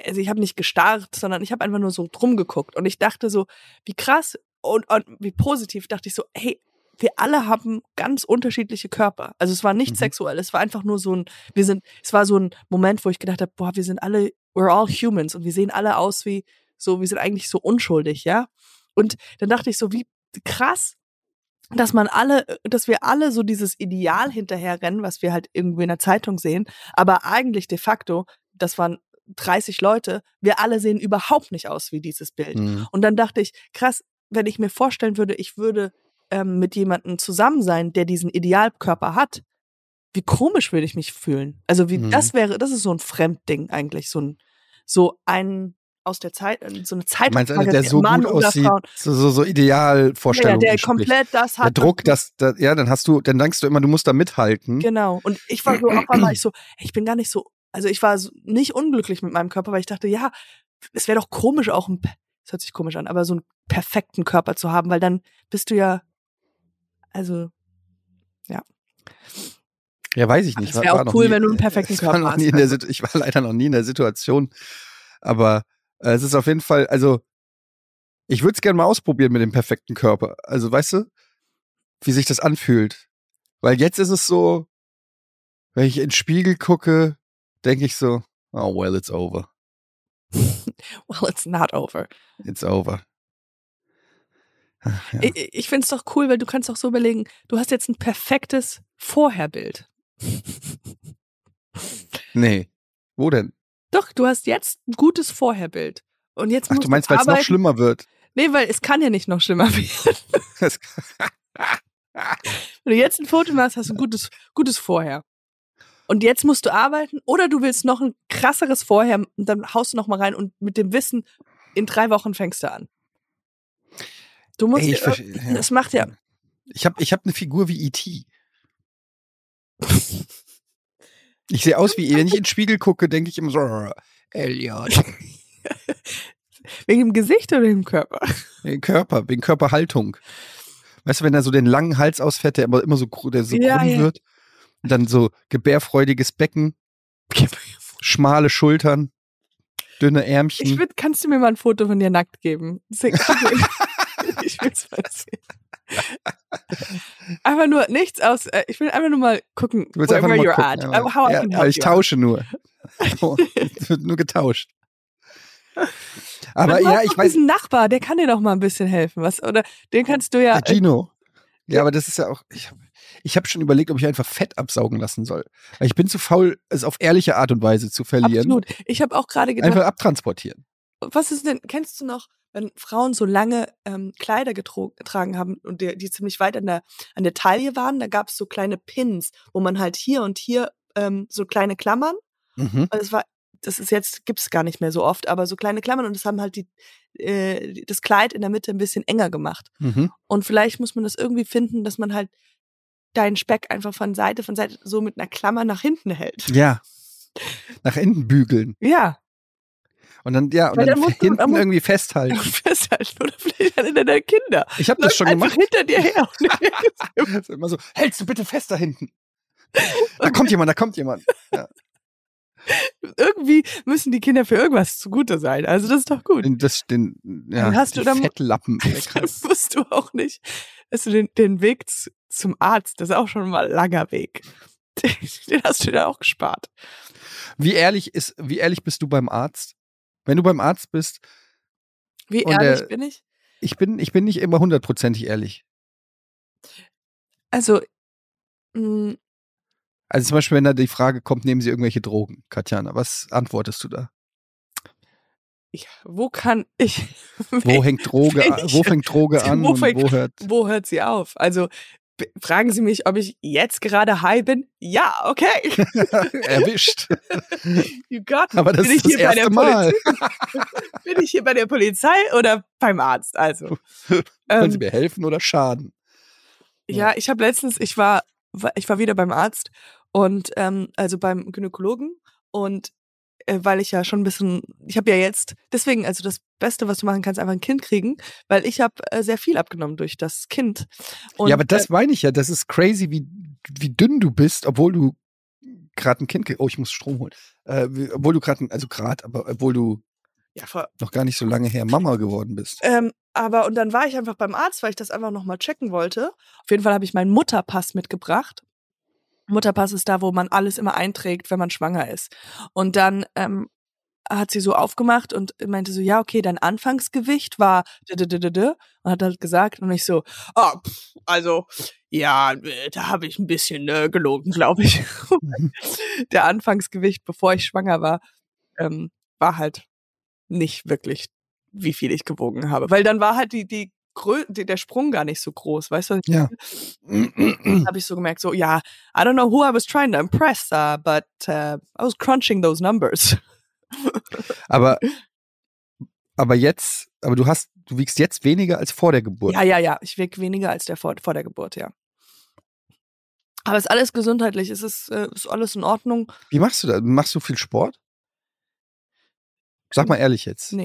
Speaker 2: also ich habe nicht gestarrt, sondern ich habe einfach nur so drum geguckt. Und ich dachte so, wie krass und, und wie positiv dachte ich so, hey, wir alle haben ganz unterschiedliche Körper. Also es war nicht
Speaker 1: Mhm.
Speaker 2: sexuell, es war einfach nur so ein, wir sind, es war so ein Moment, wo ich gedacht habe, boah, wir sind alle, we're all humans und wir sehen alle aus wie so, wir sind eigentlich so unschuldig, ja. Und dann dachte ich so, wie krass, dass man alle, dass wir alle so dieses Ideal hinterherrennen, was wir halt irgendwie in der Zeitung sehen, aber eigentlich de facto, das waren 30 Leute, wir alle sehen überhaupt nicht aus wie dieses Bild.
Speaker 1: Mhm.
Speaker 2: Und dann dachte ich, krass, wenn ich mir vorstellen würde, ich würde ähm, mit jemandem zusammen sein, der diesen Idealkörper hat, wie komisch würde ich mich fühlen? Also wie
Speaker 1: Mhm.
Speaker 2: das wäre, das ist so ein Fremdding eigentlich, so ein so ein aus der Zeit, so eine Zeit,
Speaker 1: Meinst du, einer, der so gut aussieht, so, so, so
Speaker 2: ja,
Speaker 1: Idealvorstellungen
Speaker 2: der
Speaker 1: entspricht?
Speaker 2: komplett das
Speaker 1: Der
Speaker 2: hat.
Speaker 1: Druck, dass, da, ja, dann hast du, dann denkst du immer, du musst da mithalten.
Speaker 2: Genau. Und ich war so, auf einmal ich so, ich bin gar nicht so, also ich war so nicht unglücklich mit meinem Körper, weil ich dachte, ja, es wäre doch komisch auch ein, es hört sich komisch an, aber so einen perfekten Körper zu haben, weil dann bist du ja, also
Speaker 1: Ja, weiß ich
Speaker 2: Ach,
Speaker 1: nicht.
Speaker 2: das wär
Speaker 1: War
Speaker 2: auch
Speaker 1: noch
Speaker 2: cool,
Speaker 1: nie-
Speaker 2: wenn du einen perfekten
Speaker 1: ich war
Speaker 2: Körper
Speaker 1: noch
Speaker 2: hast.
Speaker 1: nie in der Situ- Ich war leider noch nie in der Situation. Aber äh, es ist auf jeden Fall, also ich würde es gerne mal ausprobieren mit dem perfekten Körper. Also weißt du, wie sich das anfühlt. Weil jetzt ist es so, wenn ich in den Spiegel gucke, denke ich so, oh well, it's over.
Speaker 2: well, it's not over.
Speaker 1: It's over. Ach, ja.
Speaker 2: Ich, ich find's doch cool, weil du kannst doch so überlegen, du hast jetzt ein perfektes Vorherbild.
Speaker 1: nee. Wo denn?
Speaker 2: Doch, du hast jetzt ein gutes Vorherbild. Und jetzt
Speaker 1: Ach,
Speaker 2: musst
Speaker 1: du meinst, weil es noch
Speaker 2: arbeiten-
Speaker 1: schlimmer wird.
Speaker 2: Nee, weil es kann ja nicht noch schlimmer werden.
Speaker 1: Das-
Speaker 2: Wenn du jetzt ein Foto machst, hast du ein gutes, gutes Vorher. Und jetzt musst du arbeiten oder du willst noch ein krasseres Vorher und dann haust du noch mal rein und mit dem Wissen, in drei Wochen fängst du an. Du musst,
Speaker 1: Ey, ich
Speaker 2: dir-
Speaker 1: verstehe. Ja.
Speaker 2: das macht ja,
Speaker 1: Ich habe ich hab eine Figur wie E E.T. Ich sehe aus wie, wenn ich in den Spiegel gucke, denke ich immer so, Elliot,
Speaker 2: wegen dem Gesicht oder dem Körper.
Speaker 1: den Körper, den Körperhaltung. Weißt du, wenn er so den langen Hals ausfährt, der aber immer so, gru- der so
Speaker 2: Ja,
Speaker 1: krumm
Speaker 2: ja.
Speaker 1: wird. Und dann so gebärfreudiges Becken, schmale Schultern, dünne
Speaker 2: Ich
Speaker 1: Ärmchen.
Speaker 2: würd, kannst du mir mal ein Foto von dir nackt geben? Schick- ich will's mal sehen. Einfach nur nichts aus. äh, Ich will einfach nur mal gucken.
Speaker 1: Du willst einfach nur mal
Speaker 2: you're
Speaker 1: gucken.
Speaker 2: at.
Speaker 1: aber-
Speaker 2: How I
Speaker 1: ja,
Speaker 2: can
Speaker 1: aber
Speaker 2: help
Speaker 1: ich
Speaker 2: you.
Speaker 1: tausche nur. So, es wird nur getauscht. Aber
Speaker 2: Dann mach
Speaker 1: ja,
Speaker 2: doch
Speaker 1: ich weiß, Äh,
Speaker 2: Diesen Nachbar, der kann dir doch mal ein bisschen helfen, was? Oder den kannst du ja. äh,
Speaker 1: der Gino. Ja, aber das ist ja auch, ich habe ich hab schon überlegt, ob ich einfach Fett absaugen lassen soll. Weil ich bin zu faul, es auf ehrliche Art und Weise zu verlieren.
Speaker 2: absolut. Ich habe auch gerade gedacht,
Speaker 1: Einfach abtransportieren.
Speaker 2: was ist denn? Kennst du noch, wenn Frauen so lange ähm, Kleider getro- getragen haben und die, die ziemlich weit an der an der Taille waren? Da gab es so kleine Pins, wo man halt hier und hier ähm, so kleine Klammern.
Speaker 1: Mhm.
Speaker 2: Also es war, das ist jetzt, gibt's gar nicht mehr so oft, aber so kleine Klammern und das haben halt die, äh, das Kleid in der Mitte ein bisschen enger gemacht.
Speaker 1: Mhm.
Speaker 2: Und vielleicht muss man das irgendwie finden, dass man halt deinen Speck einfach von Seite von Seite so mit einer Klammer nach hinten hält.
Speaker 1: Ja. Nach hinten bügeln.
Speaker 2: Ja.
Speaker 1: Und dann, ja, und
Speaker 2: Weil
Speaker 1: dann,
Speaker 2: dann musst du-
Speaker 1: hinten
Speaker 2: dann musst-
Speaker 1: irgendwie festhalten.
Speaker 2: Festhalten oder halt vielleicht einer deiner Kinder.
Speaker 1: Ich habe das
Speaker 2: Läuft
Speaker 1: schon
Speaker 2: einfach
Speaker 1: gemacht.
Speaker 2: hinter dir her.
Speaker 1: Ist immer so, hältst du bitte fest da hinten. Da kommt jemand, da kommt jemand.
Speaker 2: Und irgendwie müssen die Kinder für irgendwas zugute sein. Also das ist doch gut.
Speaker 1: Den, das, den, ja,
Speaker 2: Dann hast
Speaker 1: den
Speaker 2: du da-
Speaker 1: Fettlappen.
Speaker 2: Das wusstest du auch nicht. Dass du den, den Weg z- zum Arzt, das ist auch schon mal ein langer Weg. Den hast du dir auch gespart.
Speaker 1: Wie ehrlich ist, wie ehrlich bist du beim Arzt? Wenn du beim Arzt bist,
Speaker 2: Wie
Speaker 1: Und,
Speaker 2: ehrlich
Speaker 1: äh,
Speaker 2: bin ich?
Speaker 1: ich bin, ich bin nicht immer hundertprozentig ehrlich.
Speaker 2: Also, mm, mh,
Speaker 1: Also zum Beispiel, wenn da die Frage kommt, nehmen sie irgendwelche Drogen, Katjana, was antwortest du da?
Speaker 2: ich, wo kann ich.
Speaker 1: Wo hängt Droge
Speaker 2: wenn
Speaker 1: an?
Speaker 2: ich-
Speaker 1: Wo fängt Droge an
Speaker 2: Wo
Speaker 1: und
Speaker 2: fängt-
Speaker 1: wo hört?
Speaker 2: wo hört sie auf? Also, b- fragen Sie mich, ob ich jetzt gerade high bin? Ja, okay.
Speaker 1: Erwischt.
Speaker 2: You got me.
Speaker 1: Aber das
Speaker 2: bin ich
Speaker 1: ist das
Speaker 2: hier bei der
Speaker 1: erste Mal.
Speaker 2: Polizei? Bin ich hier bei der Polizei oder beim Arzt? Also.
Speaker 1: Können
Speaker 2: ähm,
Speaker 1: sie mir helfen oder schaden?
Speaker 2: Ja, ich habe letztens, ich war, wa- ich war wieder beim Arzt und ähm, also beim Gynäkologen und äh, weil ich ja schon ein bisschen, ich habe ja jetzt, deswegen, also das Beste, was du machen kannst, einfach ein Kind kriegen, weil ich habe äh, sehr viel abgenommen durch das Kind. Und,
Speaker 1: ja, aber
Speaker 2: äh,
Speaker 1: das meine ich ja. Das ist crazy, wie, wie dünn du bist, obwohl du gerade ein Kind. ge- Oh, ich muss Strom holen. Äh, wie- obwohl du gerade, also gerade, aber obwohl du
Speaker 2: äh, ja, vor,
Speaker 1: noch gar nicht so lange her Mama geworden bist.
Speaker 2: ähm, aber und dann war ich einfach beim Arzt, weil ich das einfach nochmal checken wollte. Auf jeden Fall habe ich meinen Mutterpass mitgebracht. Mutterpass ist da, wo man alles immer einträgt, wenn man schwanger ist. Und dann ähm, hat sie so aufgemacht und meinte so, ja, okay, dein Anfangsgewicht war d -d -d -d -d und hat halt gesagt und ich so, ah, pff, also ja, äh, da habe ich ein bisschen äh, gelogen, glaube ich.
Speaker 1: Mhm.
Speaker 2: Der Anfangsgewicht, bevor ich schwanger war, ähm, war halt nicht wirklich, wie viel ich gewogen habe, weil dann war halt die die Grö die, der Sprung gar nicht so groß, weißt du? was ich
Speaker 1: Ja.
Speaker 2: habe ich so gemerkt, so, ja, I don't know who I was trying to impress, uh, but uh, I was crunching those numbers.
Speaker 1: aber, aber jetzt, aber du hast, du wiegst jetzt weniger als vor der Geburt.
Speaker 2: Ja, ja, ja, ich wiege weniger als der vor, vor der Geburt, ja. Aber es ist alles gesundheitlich, es ist, äh, ist alles in Ordnung.
Speaker 1: Wie machst du das? Machst du viel Sport? Sag mal ehrlich jetzt.
Speaker 2: Ähm,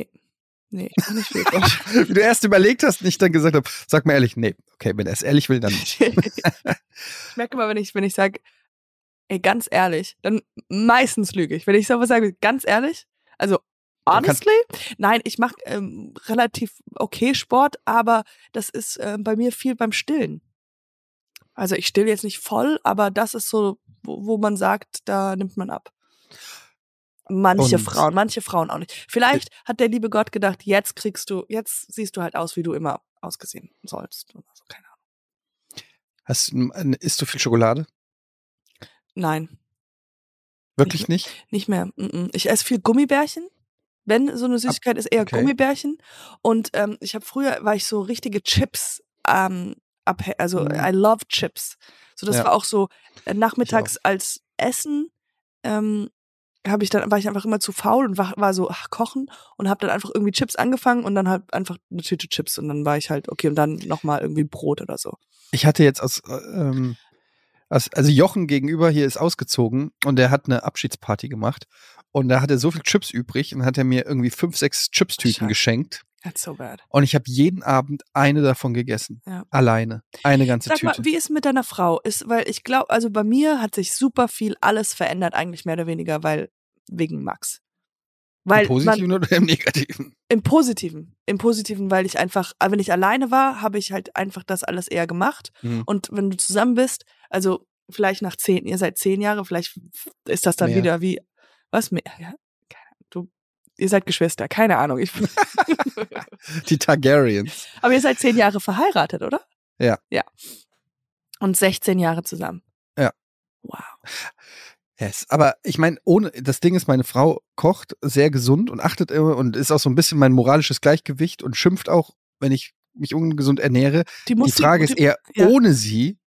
Speaker 2: Nee, nee, ich bin nicht viel Sport.
Speaker 1: Wie du erst überlegt hast, nicht dann gesagt habe, sag mal ehrlich, nee, okay, wenn er es ehrlich will, dann nicht.
Speaker 2: ich merke mal, wenn ich, wenn ich sage, ey, ganz ehrlich, dann meistens lüge ich. Wenn ich sowas sage, ganz ehrlich, also
Speaker 1: Dann kannst-
Speaker 2: honestly, nein, ich mache ähm, relativ okay Sport, aber das ist äh, bei mir viel beim Stillen. Also ich still jetzt nicht voll, aber das ist so, wo, wo man sagt, da nimmt man ab. Manche
Speaker 1: Und-
Speaker 2: Frauen, manche Frauen auch nicht. Vielleicht hat der liebe Gott gedacht, jetzt kriegst du, jetzt siehst du halt aus, wie du immer ausgesehen sollst. Oder so, keine Ahnung.
Speaker 1: Hast, du- isst du viel Schokolade?
Speaker 2: Nein,
Speaker 1: Wirklich nicht?
Speaker 2: Nicht mehr. Mm -mm. Ich esse viel Gummibärchen. Wenn so eine Süßigkeit ist, eher
Speaker 1: okay.
Speaker 2: Gummibärchen. Und ähm, ich habe früher war ich so richtige Chips. Ähm, abhä- also
Speaker 1: Mhm.
Speaker 2: I love Chips. So das
Speaker 1: Ja.
Speaker 2: war auch so äh, nachmittags als Essen. Ähm, habe ich dann war ich einfach immer zu faul und war, war so ach, kochen und habe dann einfach irgendwie Chips angefangen und dann halt einfach eine Tüte Chips und dann war ich halt okay und dann noch mal irgendwie Brot oder so.
Speaker 1: Ich hatte jetzt aus, äh, ähm, aus, also Jochen gegenüber hier ist ausgezogen und der hat eine Abschiedsparty gemacht und da hat er so viel Chips übrig und hat er mir irgendwie fünf, sechs Chips-Tüten
Speaker 2: Scheiße.
Speaker 1: geschenkt
Speaker 2: That's so bad.
Speaker 1: und ich habe jeden Abend eine davon gegessen.
Speaker 2: Ja.
Speaker 1: Alleine. Eine ganze
Speaker 2: Sag
Speaker 1: Tüte.
Speaker 2: mal, wie ist mit deiner Frau? Ist, weil ich glaube, also bei mir hat sich super viel alles verändert, eigentlich mehr oder weniger, weil wegen Max. Weil man,
Speaker 1: Im Positiven oder im Negativen?
Speaker 2: im Positiven, im Positiven, weil ich einfach, also wenn ich alleine war, habe ich halt einfach das alles eher gemacht.
Speaker 1: Mhm.
Speaker 2: Und wenn du zusammen bist, also vielleicht nach zehn, ihr seid zehn Jahre, vielleicht ist das dann
Speaker 1: Mehr.
Speaker 2: wieder wie, was mir, ja, keine Ahnung, du, ihr seid Geschwister, keine Ahnung. Ich,
Speaker 1: Die Targaryens.
Speaker 2: aber ihr seid zehn Jahre verheiratet, oder?
Speaker 1: Ja.
Speaker 2: Ja. Und 16 Jahre zusammen.
Speaker 1: Ja.
Speaker 2: Wow.
Speaker 1: Yes. Aber ich meine, ohne das Ding ist, meine Frau kocht sehr gesund und achtet immer und ist auch so ein bisschen mein moralisches Gleichgewicht und schimpft auch, wenn ich mich ungesund ernähre.
Speaker 2: Die, muss
Speaker 1: Die Frage ist eher,
Speaker 2: ja.
Speaker 1: ohne sie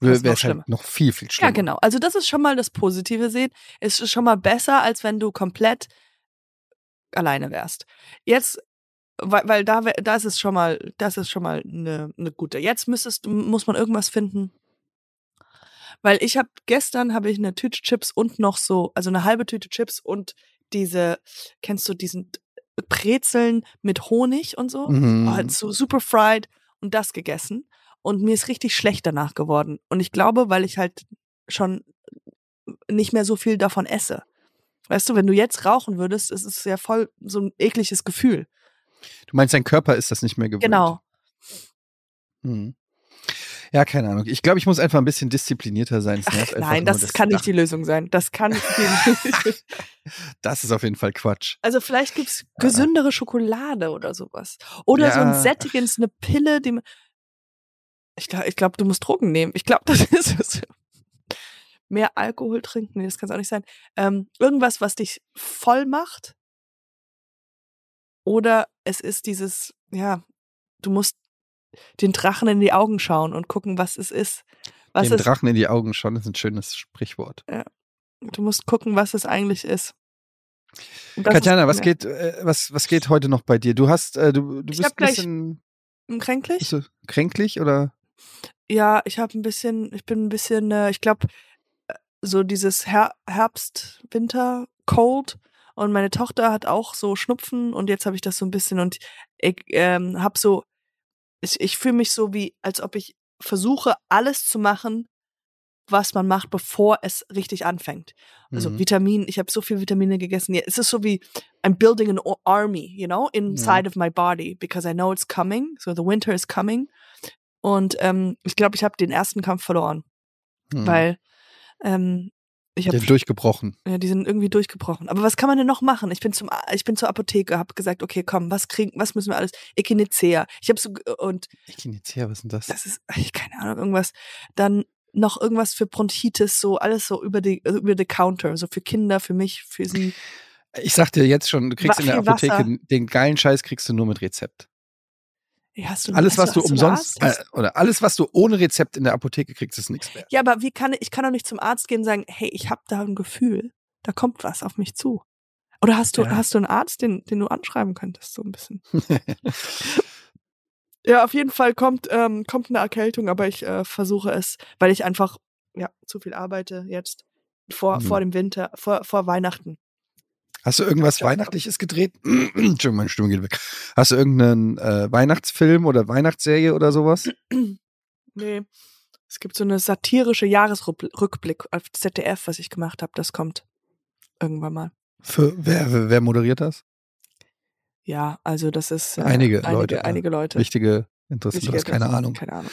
Speaker 2: Wär's noch
Speaker 1: wäre es
Speaker 2: schlimmer.
Speaker 1: halt noch viel, viel
Speaker 2: Ja,
Speaker 1: schlimmer.
Speaker 2: genau. Also das ist schon mal das Positive sehen. Es ist schon mal besser, als wenn du komplett alleine wärst. Jetzt, weil, weil da, wär- das ist schon mal, das ist schon mal eine, eine gute. Jetzt müsstest, du- muss man irgendwas finden. Weil ich habe gestern habe ich eine Tüte Chips und noch so, also eine halbe Tüte Chips und diese, kennst du diesen Brezeln mit Honig und so?
Speaker 1: Mhm.
Speaker 2: halt so super fried und das gegessen. Und mir ist richtig schlecht danach geworden. Und ich glaube, weil ich halt schon nicht mehr so viel davon esse. Weißt du, wenn du jetzt rauchen würdest, ist es ja voll so ein ekliges Gefühl.
Speaker 1: Du meinst, dein Körper ist das nicht mehr gewöhnt.
Speaker 2: Genau.
Speaker 1: Hm. Ja, keine Ahnung. Ich glaube, ich muss einfach ein bisschen disziplinierter sein. Es nervt einfach
Speaker 2: Nein,
Speaker 1: nur,
Speaker 2: das,
Speaker 1: dass
Speaker 2: kann
Speaker 1: ich
Speaker 2: nicht die Lösung sein. Das kann nicht die Lösung.
Speaker 1: dachte, Das ist auf jeden Fall Quatsch.
Speaker 2: Also vielleicht gibt's gesündere Schokolade oder sowas. Oder so ein
Speaker 1: Ja.
Speaker 2: Sättigens, eine Pille, die man. Ich glaube, ich glaub, du musst Drogen nehmen. Ich glaube, das ist es. Mehr Alkohol trinken, nee, das kann es auch nicht sein. Ähm, irgendwas, was dich voll macht. Oder es ist dieses, ja, du musst den Drachen in die Augen schauen und gucken, was es ist. Was
Speaker 1: Dem
Speaker 2: es,
Speaker 1: Drachen in die Augen schauen ist ein schönes Sprichwort.
Speaker 2: du musst gucken, was es eigentlich ist. Und das
Speaker 1: Katjana,
Speaker 2: ist-
Speaker 1: was
Speaker 2: ja.
Speaker 1: geht, äh, was, was geht heute noch bei dir? Du hast, äh, du, du
Speaker 2: Ich
Speaker 1: bist ein
Speaker 2: hab gleich-
Speaker 1: bisschen
Speaker 2: Kränklich?
Speaker 1: bist du kränklich oder?
Speaker 2: Ja, ich habe ein bisschen, ich bin ein bisschen, äh, ich glaube, äh, so dieses Her Herbst, Winter, Cold. Und meine Tochter hat auch so Schnupfen und jetzt habe ich das so ein bisschen und ich ähm, habe so, ich, ich fühle mich so wie, als ob ich versuche, alles zu machen, was man macht, bevor es richtig anfängt. Also
Speaker 1: Mhm.
Speaker 2: Vitamin, ich habe so viel Vitamine gegessen. Ja, Es ist so wie I'm building an o- army, you know, inside of my body because I know it's coming. So the winter is coming. Und ähm, ich glaube, ich habe den ersten Kampf verloren,
Speaker 1: Mhm.
Speaker 2: weil ähm, ich habe
Speaker 1: Den durchgebrochen.
Speaker 2: ja, die sind irgendwie durchgebrochen. Aber was kann man denn noch machen? Ich bin zum A- ich bin zur Apotheke, habe gesagt, okay, komm, was kriegen, was müssen wir alles? Echinacea. Ich habe so g- und
Speaker 1: Ich gehe jetzt her, was ist denn das?
Speaker 2: das ist ey, keine Ahnung irgendwas. Dann noch irgendwas für Bronchitis, so alles so über die also über the counter, so für Kinder, für mich, für sie.
Speaker 1: Ich sag dir jetzt schon, du kriegst in der
Speaker 2: Viel Wasser.
Speaker 1: Apotheke den geilen Scheiß kriegst du nur mit Rezept.
Speaker 2: Ey, Hast du
Speaker 1: Alles,
Speaker 2: hast
Speaker 1: was du
Speaker 2: hast einen
Speaker 1: umsonst
Speaker 2: Arzt?
Speaker 1: äh, oder alles, was du ohne Rezept in der Apotheke kriegst, ist nichts wert.
Speaker 2: Ja, aber wie kann ich, ich kann doch nicht zum Arzt gehen und sagen, hey, ich habe da ein Gefühl, da kommt was auf mich zu. Oder hast du,
Speaker 1: Ja.
Speaker 2: hast du einen Arzt, den, den du anschreiben könntest, so ein bisschen? Ja, auf jeden Fall kommt, ähm, kommt eine Erkältung, aber ich äh, versuche es, weil ich einfach ja, zu viel arbeite jetzt vor,
Speaker 1: Mhm.
Speaker 2: vor dem Winter, vor, vor Weihnachten.
Speaker 1: Hast du irgendwas
Speaker 2: Ja.
Speaker 1: Weihnachtliches gedreht? Entschuldigung, meine Stimme geht weg. Hast du irgendeinen äh, Weihnachtsfilm oder Weihnachtsserie oder sowas?
Speaker 2: Nee. Es gibt so eine satirische Jahresrückblick auf ZDF, was ich gemacht habe. Das kommt irgendwann mal.
Speaker 1: Für, wer, wer- wer moderiert das?
Speaker 2: Ja, also das ist
Speaker 1: Einige Leute, ne?
Speaker 2: Einige Leute.
Speaker 1: Wichtige, interessante, du hast keine
Speaker 2: Wichtiger-
Speaker 1: Ahnung.
Speaker 2: Keine Ahnung.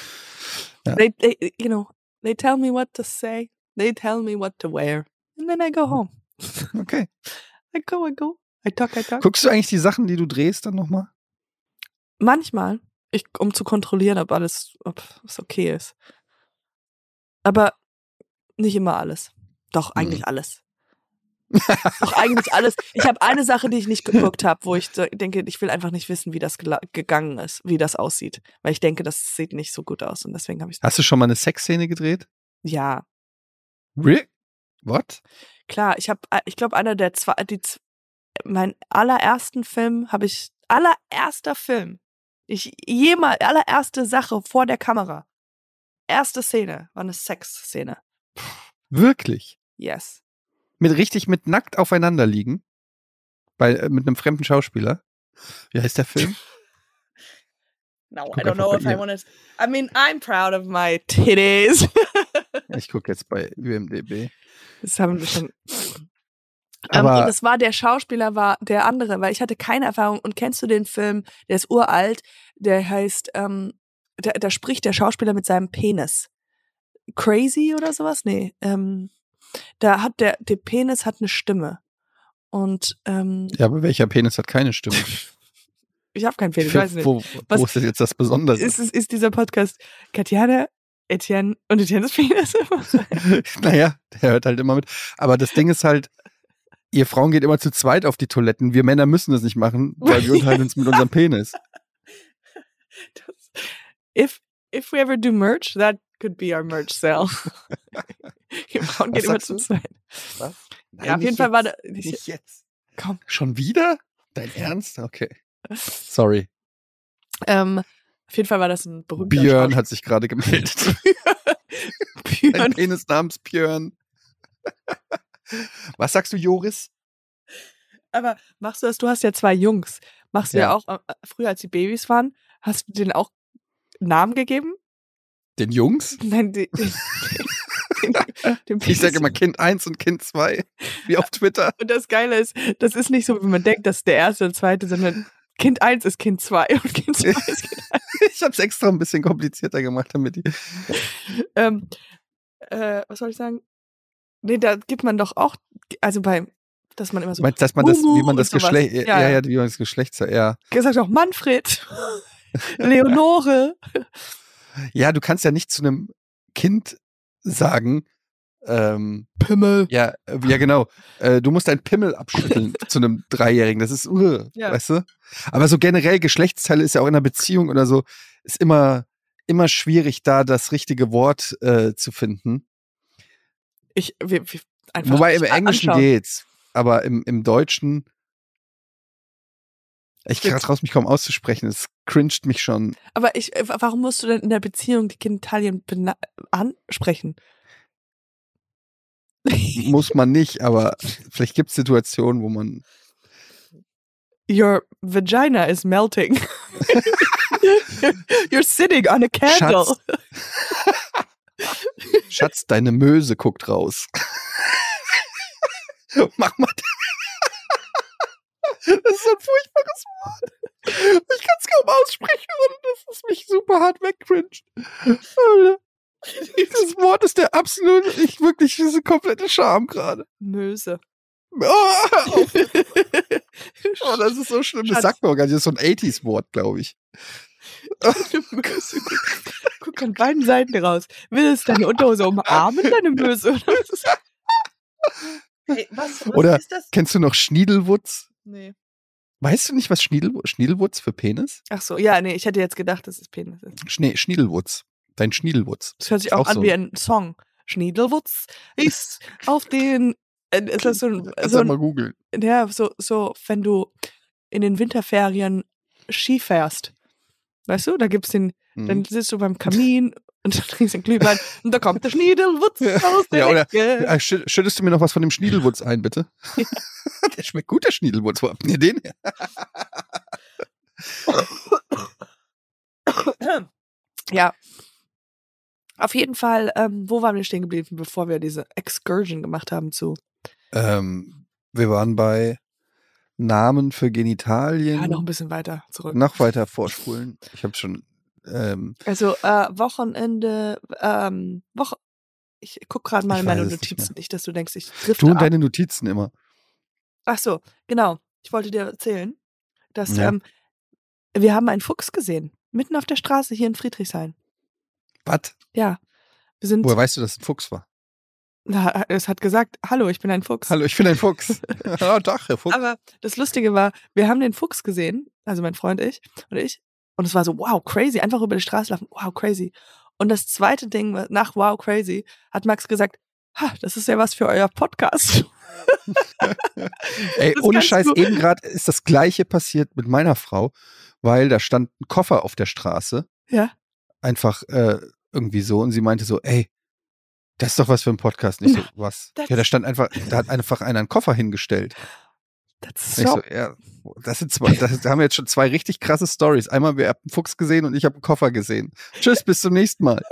Speaker 1: Ja.
Speaker 2: They, they, you know, they tell me what to say, they tell me what to wear, and then I go
Speaker 1: Mhm.
Speaker 2: home.
Speaker 1: Okay.
Speaker 2: I go, I go, I talk, I talk.
Speaker 1: Guckst du eigentlich die Sachen, die du drehst, dann nochmal?
Speaker 2: Manchmal, ich, um zu kontrollieren, ob alles, ob es okay ist. Aber nicht immer alles. Doch, eigentlich alles. Doch, eigentlich alles. Ich habe eine Sache, die ich nicht geguckt habe, wo ich so denke, ich will einfach nicht wissen, wie das gela- gegangen ist, wie das aussieht. Weil ich denke, das sieht nicht so gut aus und deswegen habe ich.
Speaker 1: Hast du schon mal eine Sexszene gedreht?
Speaker 2: Ja,
Speaker 1: Re What?
Speaker 2: Klar, ich habe, ich glaube, einer der zwei, die, z- mein allerersten Film habe ich, allererster Film, ich jemals, allererste Sache vor der Kamera, erste Szene war eine Sexszene.
Speaker 1: Wirklich?
Speaker 2: Yes.
Speaker 1: Mit richtig mit nackt aufeinander liegen? Bei, äh, mit einem fremden Schauspieler? Wie heißt der Film?
Speaker 2: No,
Speaker 1: Guck einfach bei ihr.
Speaker 2: wanna. I mean, I'm proud of my titties.
Speaker 1: Ich gucke jetzt bei UMDB.
Speaker 2: Das haben wir schon. ähm, und
Speaker 1: Aber
Speaker 2: das war der Schauspieler, war der andere, weil ich hatte keine Erfahrung. Und kennst du den Film? Der ist uralt. Der heißt, ähm, da, da spricht der Schauspieler mit seinem Penis. Crazy oder sowas? Nee. Ähm, Da hat der, der Penis hat eine Stimme. Und ähm,
Speaker 1: Ja, aber welcher Penis hat keine Stimme?
Speaker 2: ich habe keinen Penis, ich weiß nicht.
Speaker 1: Wo,
Speaker 2: Was-
Speaker 1: wo ist das jetzt das Besondere?
Speaker 2: Ist, ist, ist dieser Podcast Katjana, Etienne und Etiennes Penis?
Speaker 1: naja, der hört halt immer mit. Aber das Ding ist halt, ihr Frauen geht immer zu zweit auf die Toiletten. Wir Männer müssen das nicht machen, weil wir unterhalten uns mit unserem Penis.
Speaker 2: if, if we ever do merch, that could be our merch sale. Ihr Frauen
Speaker 1: Was
Speaker 2: geht immer
Speaker 1: sagst
Speaker 2: zum
Speaker 1: du?
Speaker 2: Zweiten.
Speaker 1: Was?
Speaker 2: Ja, auf jeden Fall war da.
Speaker 1: Nicht jetzt.
Speaker 2: Komm.
Speaker 1: Schon wieder? Dein Ernst? Okay. Sorry.
Speaker 2: Ähm, auf jeden Fall war das ein berühmter
Speaker 1: Björn hat sich gerade gemeldet.
Speaker 2: Schauspieler.
Speaker 1: Ein
Speaker 2: Björn.
Speaker 1: Penis namens Björn. Was sagst du, Joris?
Speaker 2: Aber machst du das? Du hast ja zwei Jungs. Machst du ja,
Speaker 1: Ja.
Speaker 2: auch, äh, früher als die Babys waren, hast du denen auch Namen gegeben?
Speaker 1: Den Jungs?
Speaker 2: Nein, die, den, den, den
Speaker 1: Ich
Speaker 2: Babys.
Speaker 1: sage immer Kind 1 und Kind 2, wie auf Twitter.
Speaker 2: Und das Geile ist, das ist nicht so, wie man denkt, dass der erste und zweite, sondern Kind 1 ist Kind 2 und Kind 2 ist Kind
Speaker 1: Ich habe es extra ein bisschen komplizierter gemacht, damit die.
Speaker 2: ähm, äh, Was soll ich sagen? Nee, da gibt man doch auch, also bei, dass man immer so,
Speaker 1: Meinst du, dass man das,
Speaker 2: Uhu
Speaker 1: wie man
Speaker 2: und
Speaker 1: das
Speaker 2: sowas.
Speaker 1: Geschlecht,
Speaker 2: Ja,
Speaker 1: ja, ja, wie man das Geschlecht, ja.
Speaker 2: gesagt auch Manfred, Leonore.
Speaker 1: Ja, du kannst ja nicht zu einem Kind sagen, ähm,
Speaker 2: Pimmel.
Speaker 1: ja, äh, ja genau, äh, du musst deinen Pimmel abschütteln zu einem Dreijährigen, das ist, uh,
Speaker 2: Ja.
Speaker 1: weißt du? Aber so generell Geschlechtsteile ist ja auch in einer Beziehung oder so, ist immer, immer schwierig da das richtige Wort äh, zu finden.
Speaker 2: Ich, wir, wir einfach
Speaker 1: Wobei im
Speaker 2: a-
Speaker 1: Englischen
Speaker 2: anschauen.
Speaker 1: geht's, aber im, im Deutschen. Ich
Speaker 2: Jetzt-
Speaker 1: traue mich kaum auszusprechen, es cringet mich schon.
Speaker 2: Aber ich, äh, warum musst du denn in der Beziehung die Genitalien bena- ansprechen?
Speaker 1: Muss man nicht, aber vielleicht gibt es Situationen, wo man.
Speaker 2: Your vagina is melting. you're, you're sitting on a candle.
Speaker 1: Schatz. Schatz, deine Möse guckt raus. Mach mal. Das ist so ein furchtbares Wort. Ich kann es kaum aussprechen, ohne dass es mich super hart wegcringet. Dieses Wort ist der absolute, ich wirklich, diese komplette Scham gerade.
Speaker 2: Möse.
Speaker 1: Oh, Oh,
Speaker 2: Möse
Speaker 1: das ist so schlimm.
Speaker 2: Schatz.
Speaker 1: Das sagt man auch gar nicht. Das ist so ein 80s-Wort, glaube ich.
Speaker 2: guck- Guck an beiden Seiten raus. Will es deine Unterhose umarmen, deine Möse? Oder was ist hey, was, was
Speaker 1: Oder-
Speaker 2: ist das?
Speaker 1: Kennst du noch Schniedelwutz?
Speaker 2: Nee.
Speaker 1: Weißt du nicht, was Schniedel, Schniedelwutz für Penis?
Speaker 2: Ach so, ja, nee, ich hätte jetzt gedacht, dass es Penis ist.
Speaker 1: Schnee, Schniedelwutz. Dein Schniedelwutz.
Speaker 2: Das hört sich
Speaker 1: Ist
Speaker 2: auch,
Speaker 1: auch
Speaker 2: an
Speaker 1: so.
Speaker 2: wie ein Song. Schniedelwutz ist auf den. äh, Ist das so ein,
Speaker 1: Lass
Speaker 2: so
Speaker 1: doch
Speaker 2: ein
Speaker 1: mal googeln.
Speaker 2: Ja, so, so, wenn du in den Winterferien Ski fährst, weißt du, da gibt's den, dann
Speaker 1: Mhm.
Speaker 2: sitzt du beim Kamin und dann trinkst den Glühwein und da kommt der Schniedelwutz
Speaker 1: Ja.
Speaker 2: aus der
Speaker 1: Ja, oder-
Speaker 2: Ecke.
Speaker 1: Ah, schü- Schüttest du mir noch was von dem Schniedelwutz ein, bitte? der schmeckt gut, der Schniedelwutz. Wo habt ihr den her?
Speaker 2: Ja. Auf jeden Fall, ähm, wo waren wir stehen geblieben, bevor wir diese Excursion gemacht haben zu?
Speaker 1: Ähm, wir waren bei Namen für Genitalien.
Speaker 2: Ja, noch ein bisschen weiter zurück.
Speaker 1: noch weiter vorspulen. Ich habe schon. Ähm,
Speaker 2: Also äh, Wochenende, ähm, Woche. Ich guck gerade mal
Speaker 1: Ich
Speaker 2: in meine
Speaker 1: weiß es nicht
Speaker 2: Notizen,
Speaker 1: mehr.
Speaker 2: nicht, dass du denkst, ich drifte
Speaker 1: du und
Speaker 2: ab.
Speaker 1: deine Notizen immer.
Speaker 2: Ach so, genau. Ich wollte dir erzählen, dass
Speaker 1: Ja.
Speaker 2: ähm, wir haben einen Fuchs gesehen, mitten auf der Straße hier in Friedrichshain.
Speaker 1: Was?
Speaker 2: Ja, wir sind.
Speaker 1: Woher weißt du, dass es ein Fuchs war?
Speaker 2: Na, es hat gesagt, hallo, ich bin ein Fuchs.
Speaker 1: Hallo, ich bin ein Fuchs. ja, doch, Herr Fuchs.
Speaker 2: Aber das Lustige war, wir haben den Fuchs gesehen, also mein Freund ich und ich, und es war so wow crazy, einfach über die Straße laufen, wow crazy. Und das zweite Ding war- nach wow crazy hat Max gesagt, ha, das ist ja was für euer Podcast.
Speaker 1: Ey,
Speaker 2: das
Speaker 1: ohne
Speaker 2: kannst
Speaker 1: Scheiß,
Speaker 2: du-
Speaker 1: eben gerade ist das Gleiche passiert mit meiner Frau, weil da stand ein Koffer auf der Straße,
Speaker 2: Ja,
Speaker 1: einfach äh, irgendwie so, und sie meinte so, ey, das ist doch was für ein Podcast, nicht so, was?
Speaker 2: das-
Speaker 1: Ja, da stand einfach, da hat einfach einer einen Koffer hingestellt.
Speaker 2: that's
Speaker 1: Und Ich
Speaker 2: so.
Speaker 1: so, ja, das sind zwei, das, da haben wir jetzt schon zwei richtig krasse Stories. Einmal, wir haben einen Fuchs gesehen und ich habe einen Koffer gesehen. Tschüss, bis zum nächsten Mal.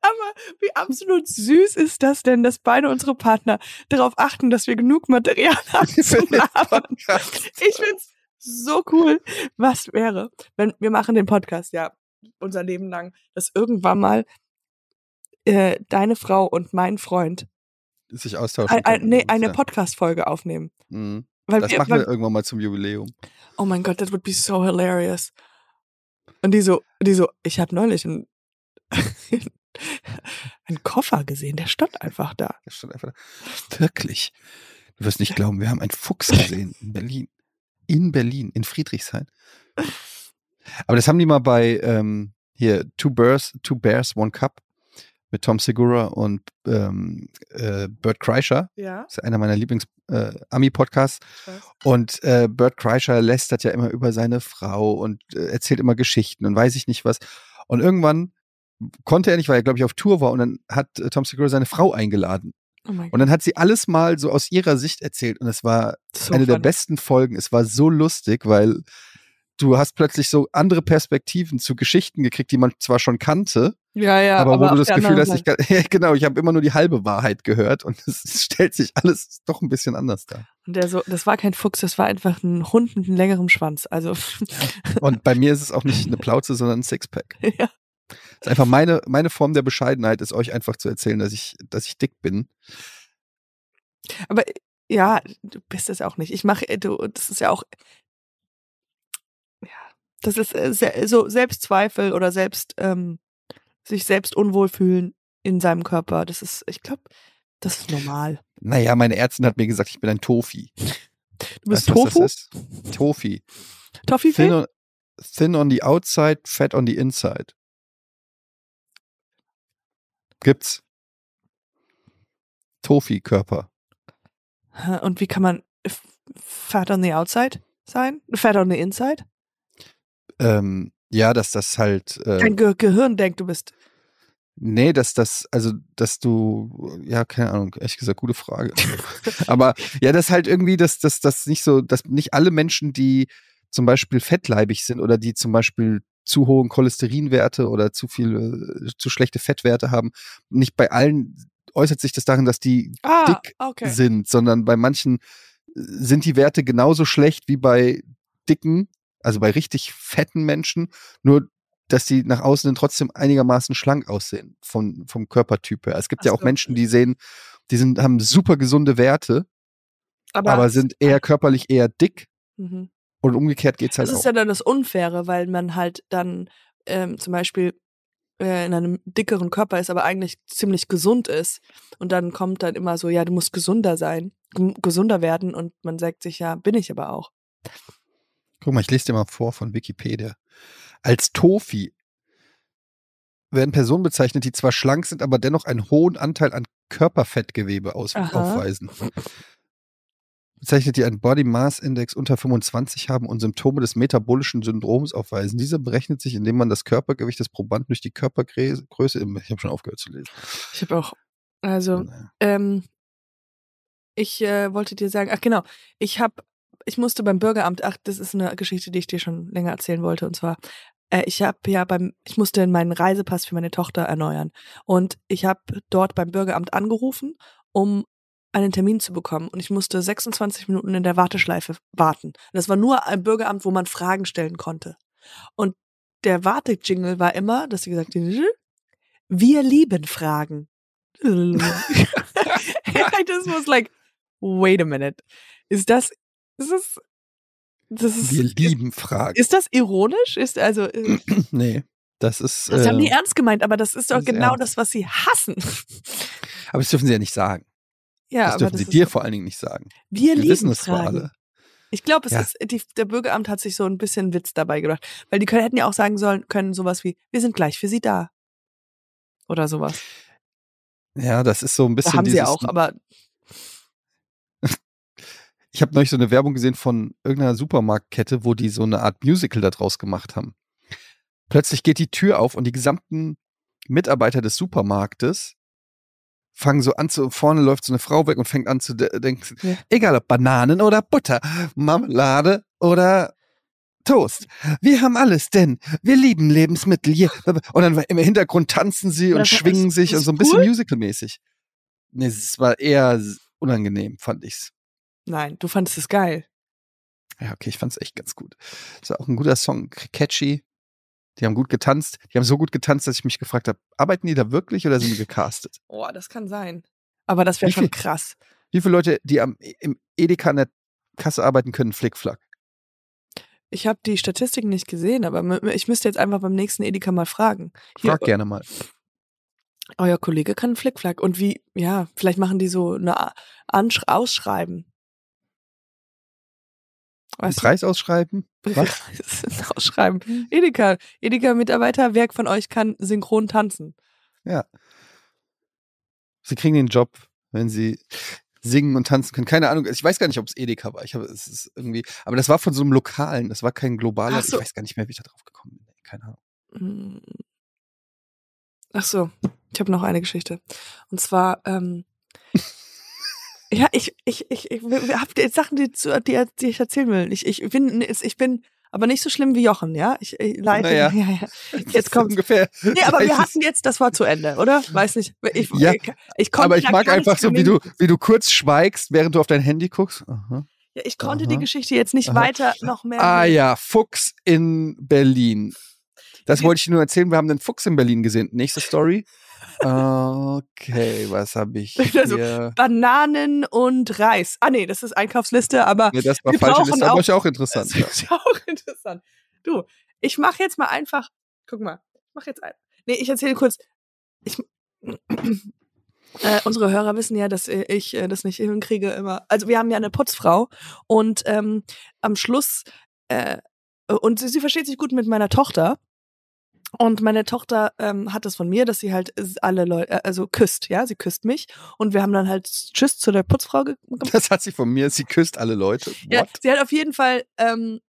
Speaker 2: Aber wie absolut süß ist das denn, dass beide unsere Partner darauf achten, dass wir genug Material haben zum Labern. Ich find's so cool. Was wäre, wenn wir machen den Podcast ja unser Leben lang, dass irgendwann mal äh, deine Frau und mein Freund
Speaker 1: sich austauschen
Speaker 2: Ein, ein,
Speaker 1: können.
Speaker 2: nee, eine
Speaker 1: Ja.
Speaker 2: Podcast-Folge aufnehmen.
Speaker 1: Mhm.
Speaker 2: Weil
Speaker 1: Das
Speaker 2: wir,
Speaker 1: machen
Speaker 2: weil,
Speaker 1: wir irgendwann mal zum Jubiläum.
Speaker 2: oh mein Gott, that would be so hilarious. Und die so, die so, ich habe neulich einen, einen Koffer gesehen, der stand einfach da.
Speaker 1: Das stand einfach da. Wirklich. Du wirst nicht glauben, wir haben einen Fuchs gesehen in Berlin. In Berlin, in Friedrichshain. Aber das haben die mal bei ähm, hier Two Bears, Two Bears, One Cup mit Tom Segura und ähm, äh, Bert Kreischer.
Speaker 2: Ja.
Speaker 1: Das ist einer meiner Lieblings-Ami-Podcasts. Und äh, Bert Kreischer lästert ja immer über seine Frau und äh, erzählt immer Geschichten und weiß ich nicht was. Und irgendwann konnte er nicht, weil er, glaube ich, auf Tour war und dann hat äh, Tom Segura seine Frau eingeladen.
Speaker 2: Oh mein
Speaker 1: Und
Speaker 2: Gott.
Speaker 1: dann hat sie alles mal so aus ihrer Sicht erzählt und es war
Speaker 2: So
Speaker 1: eine der
Speaker 2: funny.
Speaker 1: besten Folgen. Es war so lustig, weil du hast plötzlich so andere Perspektiven zu Geschichten gekriegt, die man zwar schon kannte,
Speaker 2: Ja, ja.
Speaker 1: aber, wo
Speaker 2: auf
Speaker 1: du das
Speaker 2: der
Speaker 1: Gefühl hast,
Speaker 2: anderen
Speaker 1: ich kann, ja, genau, ich habe immer nur die halbe Wahrheit gehört und es stellt sich alles doch ein bisschen anders dar.
Speaker 2: Und der so, das war kein Fuchs, das war einfach ein Hund mit einem längeren Schwanz. Also,
Speaker 1: Und bei mir ist es auch nicht eine Plauze, sondern ein Sixpack.
Speaker 2: ja.
Speaker 1: Es ist einfach meine, meine Form der Bescheidenheit, ist euch einfach zu erzählen, dass ich, dass ich dick bin.
Speaker 2: Aber ja, du bist es auch nicht. Ich mache, du, das ist ja auch, ja, das ist äh, se- so Selbstzweifel oder selbst, ähm, sich selbst unwohl fühlen in seinem Körper. Das ist, ich glaube, das ist normal.
Speaker 1: Naja, meine Ärztin hat mir gesagt, ich bin ein Tofi.
Speaker 2: Du bist
Speaker 1: Weißt
Speaker 2: Tofu?
Speaker 1: Was das ist? Tofi. Thin
Speaker 2: Toffifee?
Speaker 1: on, thin on the outside, fat on the inside. Gibt's. Tofi-Körper.
Speaker 2: Hä, Und wie kann man f- fat on the outside sein? Fat on the inside?
Speaker 1: Ähm, ja, dass das halt. Äh,
Speaker 2: Dein Ge Gehirn denkt, du bist.
Speaker 1: nee, dass das, also, dass du. Ja, keine Ahnung, ehrlich gesagt, gute Frage. Aber ja, das halt irgendwie, dass das dass nicht so, dass nicht alle Menschen, die zum Beispiel fettleibig sind oder die zum Beispiel zu hohen Cholesterinwerte oder zu viel, äh, zu schlechte Fettwerte haben, nicht bei allen äußert sich das darin, dass die
Speaker 2: ah,
Speaker 1: dick
Speaker 2: okay.
Speaker 1: sind, sondern bei manchen äh, sind die Werte genauso schlecht wie bei dicken, also bei richtig fetten Menschen, nur dass die nach außen dann trotzdem einigermaßen schlank aussehen von, vom Körpertyp her. Es gibt ja
Speaker 2: Ach
Speaker 1: auch
Speaker 2: so.
Speaker 1: Menschen, die sehen, die sind, haben super gesunde Werte, aber, sind eher körperlich eher dick
Speaker 2: Mhm.
Speaker 1: und umgekehrt geht's halt
Speaker 2: Das ist
Speaker 1: auch.
Speaker 2: ja dann das Unfaire, weil man halt dann ähm, zum Beispiel äh, in einem dickeren Körper ist, aber eigentlich ziemlich gesund ist. Und dann kommt dann immer so, ja, du musst gesunder sein, gem- gesunder werden. Und man sagt sich, ja, bin ich aber auch.
Speaker 1: Guck mal, ich lese dir mal vor von Wikipedia. Als Tofi werden Personen bezeichnet, die zwar schlank sind, aber dennoch einen hohen Anteil an Körperfettgewebe aus
Speaker 2: Aha.
Speaker 1: aufweisen. Bezeichnet, die einen Body Mass Index unter 25 haben und Symptome des metabolischen Syndroms aufweisen. Dieser berechnet sich, indem man das Körpergewicht des Probanden durch die Körpergröße im. Ich habe schon aufgehört zu lesen.
Speaker 2: Ich habe auch, also
Speaker 1: Naja.
Speaker 2: Ähm, ich äh, wollte dir sagen, ach genau, ich habe, ich musste beim Bürgeramt, ach, das ist eine Geschichte, die ich dir schon länger erzählen wollte, und zwar, äh, ich habe ja beim, ich musste meinen Reisepass für meine Tochter erneuern und ich habe dort beim Bürgeramt angerufen, um einen Termin zu bekommen und ich musste 26 Minuten in der Warteschleife warten. Und das war nur ein Bürgeramt, wo man Fragen stellen konnte. Und der Wartejingle war immer, dass sie gesagt hat, wir lieben Fragen. And I just was like, wait a minute. Ist das, ist das, das ist,
Speaker 1: Wir lieben Fragen.
Speaker 2: ist das ironisch? Ist also, äh,
Speaker 1: nee, das ist.
Speaker 2: das haben die
Speaker 1: Äh,
Speaker 2: ernst gemeint, aber das ist doch
Speaker 1: das ist
Speaker 2: genau
Speaker 1: ernst.
Speaker 2: das, was sie hassen.
Speaker 1: aber das dürfen sie ja nicht sagen.
Speaker 2: ja,
Speaker 1: das
Speaker 2: aber
Speaker 1: dürfen
Speaker 2: das
Speaker 1: sie
Speaker 2: ist,
Speaker 1: dir vor allen Dingen nicht sagen.
Speaker 2: wir
Speaker 1: Wir
Speaker 2: lieben
Speaker 1: wissen es zwar
Speaker 2: Fragen.
Speaker 1: alle.
Speaker 2: Ich glaube, es
Speaker 1: Ja.
Speaker 2: ist, die, der Bürgeramt hat sich so ein bisschen Witz dabei gedacht, weil die können, hätten ja auch sagen sollen, können sowas wie, wir sind gleich für sie da. Oder sowas.
Speaker 1: Ja, das ist so ein
Speaker 2: Da
Speaker 1: bisschen
Speaker 2: haben sie
Speaker 1: dieses.
Speaker 2: auch, aber
Speaker 1: ich habe neulich so eine Werbung gesehen von irgendeiner Supermarktkette, wo die so eine Art Musical daraus gemacht haben. Plötzlich geht die Tür auf und die gesamten Mitarbeiter des Supermarktes fangen so an zu, vorne läuft so eine Frau weg und fängt an zu de denken,
Speaker 2: Ja.
Speaker 1: egal ob Bananen oder Butter, Marmelade oder Toast. Wir haben alles, denn wir lieben Lebensmittel. Hier. Und dann im Hintergrund tanzen sie und
Speaker 2: Das war-
Speaker 1: schwingen
Speaker 2: ist-
Speaker 1: sich
Speaker 2: ist
Speaker 1: und so ein bisschen
Speaker 2: cool?
Speaker 1: musicalmäßig. Nee, es war eher unangenehm, fand ich's.
Speaker 2: nein, du fandest es geil.
Speaker 1: Ja, okay, ich fand's echt ganz gut. Es war auch ein guter Song, catchy. Die haben gut getanzt. Die haben so gut getanzt, dass ich mich gefragt habe, arbeiten die da wirklich oder sind die gecastet?
Speaker 2: Oh, das kann sein. Aber das wäre
Speaker 1: Wie viel-
Speaker 2: schon krass.
Speaker 1: Wie viele Leute, die am, im Edeka an der Kasse arbeiten können, Flickflack?
Speaker 2: Ich habe die Statistiken nicht gesehen, aber m- ich müsste jetzt einfach beim nächsten Edeka mal fragen. Hier, äh,
Speaker 1: Frag gerne mal.
Speaker 2: Euer Kollege kann Flickflack. Und wie, ja, vielleicht machen die so eine A- Ansch Ausschreiben.
Speaker 1: Einen
Speaker 2: Weißt du?
Speaker 1: Preis ausschreiben? Was?
Speaker 2: Ausschreiben. Edeka. Edeka-Mitarbeiter, wer von euch kann synchron tanzen?
Speaker 1: Sie kriegen den Job, wenn sie singen und tanzen können. Keine Ahnung, ich weiß gar nicht, ob es Edeka war. Ich habe es ist irgendwie, aber das war von so einem lokalen, das war kein globaler.
Speaker 2: Ach so.
Speaker 1: Ich weiß gar nicht mehr, wie ich da drauf gekommen bin. Keine Ahnung.
Speaker 2: Mm. Ach so, ich habe noch eine Geschichte. Und zwar, ähm, ja, ich, ich, ich, ich habe jetzt Sachen, die, zu, die, die ich erzählen will. Ich, ich, bin, ich bin aber nicht so schlimm wie Jochen, ja? Ich, ich leite.
Speaker 1: Naja.
Speaker 2: Ja, ja. Jetzt kommt.
Speaker 1: ungefähr.
Speaker 2: Nee, aber wir
Speaker 1: gleiches.
Speaker 2: hatten jetzt, das war zu Ende, oder? Weiß nicht. Ich,
Speaker 1: Ja,
Speaker 2: ich, ich konnte
Speaker 1: aber ich
Speaker 2: da
Speaker 1: mag
Speaker 2: gar nicht
Speaker 1: einfach so, wie
Speaker 2: genügend-
Speaker 1: du, wie du kurz schweigst, während du auf dein Handy guckst. Aha.
Speaker 2: Ja, ich konnte
Speaker 1: Aha.
Speaker 2: die Geschichte jetzt nicht
Speaker 1: Aha.
Speaker 2: weiter noch mehr.
Speaker 1: Ah ja, Fuchs in Berlin. Das
Speaker 2: Wir-
Speaker 1: wollte ich nur erzählen. Wir haben den Fuchs in Berlin gesehen. Nächste Story. Okay, was habe ich
Speaker 2: Also,
Speaker 1: hier?
Speaker 2: Bananen und Reis. Ah nee, das ist Einkaufsliste, aber
Speaker 1: Nee, das war
Speaker 2: wir
Speaker 1: falsche
Speaker 2: brauchen
Speaker 1: Liste, aber
Speaker 2: auch-
Speaker 1: ist ja auch interessant. Ja.
Speaker 2: Das ist auch interessant. Du, ich mache jetzt mal einfach, guck mal, ich mache jetzt ein. Nee, ich erzähle kurz. Ich, äh, unsere Hörer wissen ja, dass äh, ich äh, das nicht hinkriege immer. Also wir haben ja eine Putzfrau und ähm, am Schluss äh, und sie, sie versteht sich gut mit meiner Tochter. Und meine Tochter ähm, hat das von mir, dass sie halt alle Leute, äh, also küsst, ja, sie küsst mich. Und wir haben dann halt Tschüss zu der Putzfrau ge gemacht.
Speaker 1: Das hat sie von mir. Sie küsst alle Leute.
Speaker 2: Ja,
Speaker 1: What?
Speaker 2: sie hat auf jeden Fall ähm,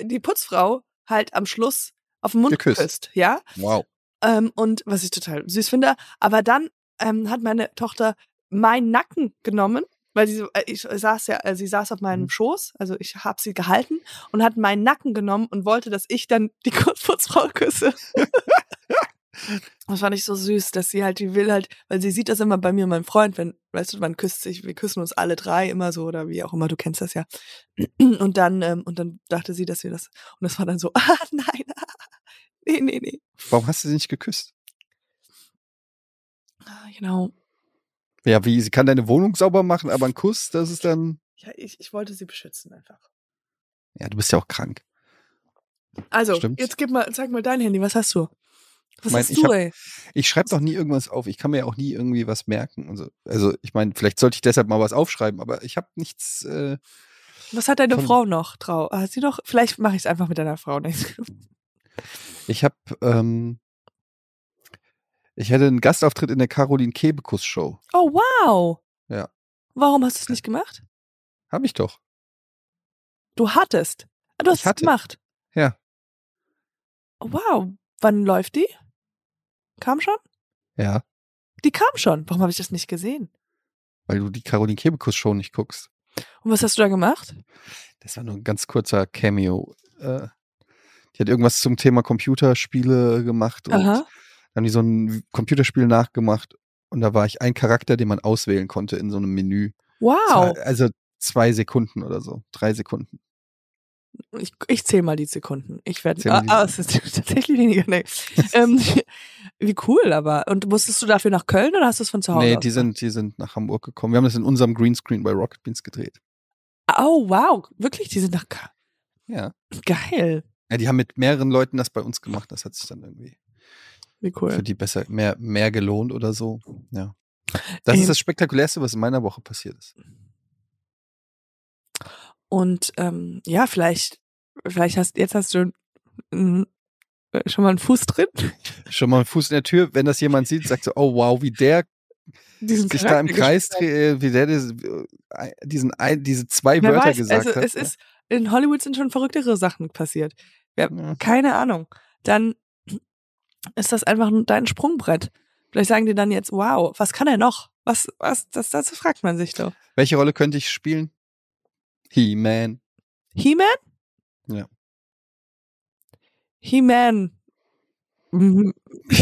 Speaker 2: die Putzfrau halt am Schluss auf den Mund
Speaker 1: Geküsst.
Speaker 2: geküsst, ja.
Speaker 1: Wow.
Speaker 2: Ähm, und was ich total süß finde. Aber dann ähm, hat meine Tochter meinen Nacken genommen, weil sie so- äh, ich saß ja, äh, sie saß auf meinem
Speaker 1: Mhm.
Speaker 2: Schoß, also ich habe sie gehalten und hat meinen Nacken genommen und wollte, dass ich dann die Putzfrau küsse. Das fand ich so süß, dass sie halt, die will halt, weil sie sieht das immer bei mir und meinem Freund, wenn, weißt du, man küsst sich, wir küssen uns alle drei immer so oder wie auch immer, du kennst das ja. Und dann, ähm, und dann dachte sie, dass wir das, und das war dann so, ah, nein, ah, nee, nee, nee.
Speaker 1: Warum hast du sie nicht geküsst?
Speaker 2: Ah, Genau.
Speaker 1: Ja, wie? Sie kann deine Wohnung sauber machen, aber ein Kuss, das ist dann.
Speaker 2: Ja, ich, ich wollte sie beschützen einfach.
Speaker 1: Ja, du bist ja auch krank.
Speaker 2: Also,
Speaker 1: Stimmt.
Speaker 2: jetzt gib mal, zeig mal dein Handy, was hast du? Was
Speaker 1: Mein-
Speaker 2: hast
Speaker 1: ich
Speaker 2: du,
Speaker 1: hab-
Speaker 2: ey?
Speaker 1: Ich schreibe doch nie irgendwas auf. Ich kann mir ja auch nie irgendwie was merken. Und so. Also, ich meine, vielleicht sollte ich deshalb mal was aufschreiben, aber ich habe nichts. Äh,
Speaker 2: Was hat deine
Speaker 1: von-
Speaker 2: Frau noch drauf? Hat sie noch? Vielleicht mache ich es einfach mit deiner Frau. nicht?
Speaker 1: ich habe. Ähm, ich hatte einen Gastauftritt in der Caroline Kebekus Show.
Speaker 2: Oh, wow!
Speaker 1: Ja.
Speaker 2: Warum hast du es nicht gemacht?
Speaker 1: Hab ich doch.
Speaker 2: Du hattest. Ah, Du hast
Speaker 1: Ich
Speaker 2: es
Speaker 1: hatte.
Speaker 2: gemacht.
Speaker 1: Ja.
Speaker 2: Oh, wow. Wann läuft die? Kam schon?
Speaker 1: Ja,
Speaker 2: Die kam schon. Warum habe ich das nicht gesehen?
Speaker 1: weil du die Caroline Kebekus Show nicht guckst.
Speaker 2: Und was hast du da gemacht?
Speaker 1: Das war nur ein ganz kurzer Cameo. Äh, die hat irgendwas zum Thema Computerspiele gemacht und
Speaker 2: Aha.
Speaker 1: haben die so ein Computerspiel nachgemacht und da war ich ein Charakter, den man auswählen konnte in so einem Menü.
Speaker 2: Wow.
Speaker 1: Zwei- Also zwei Sekunden oder so, drei Sekunden.
Speaker 2: Ich, ich zähle mal die Sekunden. Ich werde.
Speaker 1: Zähl mal
Speaker 2: Ah,
Speaker 1: die
Speaker 2: ah, es ist tatsächlich weniger. Nee. ähm, wie cool, aber. Und musstest du dafür nach Köln oder hast du es von zu Hause?
Speaker 1: nee,
Speaker 2: aus
Speaker 1: die sind, die sind nach Hamburg gekommen. Wir haben das in unserem Greenscreen bei Rocket Beans gedreht.
Speaker 2: gemacht? Oh, wow. Wirklich? Die sind nach Köln.
Speaker 1: Ja.
Speaker 2: Geil.
Speaker 1: ja. Die haben mit mehreren Leuten das bei uns gemacht. Das hat sich dann irgendwie
Speaker 2: Wie
Speaker 1: für
Speaker 2: cool.
Speaker 1: die besser, mehr, mehr gelohnt oder so. Ja. Das
Speaker 2: Ähm.
Speaker 1: ist das Spektakulärste, was in meiner Woche passiert ist.
Speaker 2: Und ähm, ja, vielleicht, vielleicht hast jetzt hast du mm, schon mal einen Fuß drin.
Speaker 1: Schon mal Fuß in der Tür, wenn das jemand sieht, sagt so, oh wow, wie der
Speaker 2: Diesen
Speaker 1: sich da im
Speaker 2: Charakter
Speaker 1: Kreis
Speaker 2: gespielt
Speaker 1: dreht, wie der diese, äh, diesen, ein- diese zwei
Speaker 2: hat. Wer
Speaker 1: Wörter
Speaker 2: weiß,
Speaker 1: gesagt
Speaker 2: also
Speaker 1: hat.
Speaker 2: es ist, äh in Hollywood sind schon verrücktere Sachen passiert.
Speaker 1: ja.
Speaker 2: Keine Ahnung. Dann ist das einfach nur dein Sprungbrett. Vielleicht sagen die dann jetzt, wow, was kann er noch? Was, was, das, das fragt man sich doch.
Speaker 1: Welche Rolle könnte ich spielen? He-Man.
Speaker 2: He-Man?
Speaker 1: Ja.
Speaker 2: He-Man. Mhm.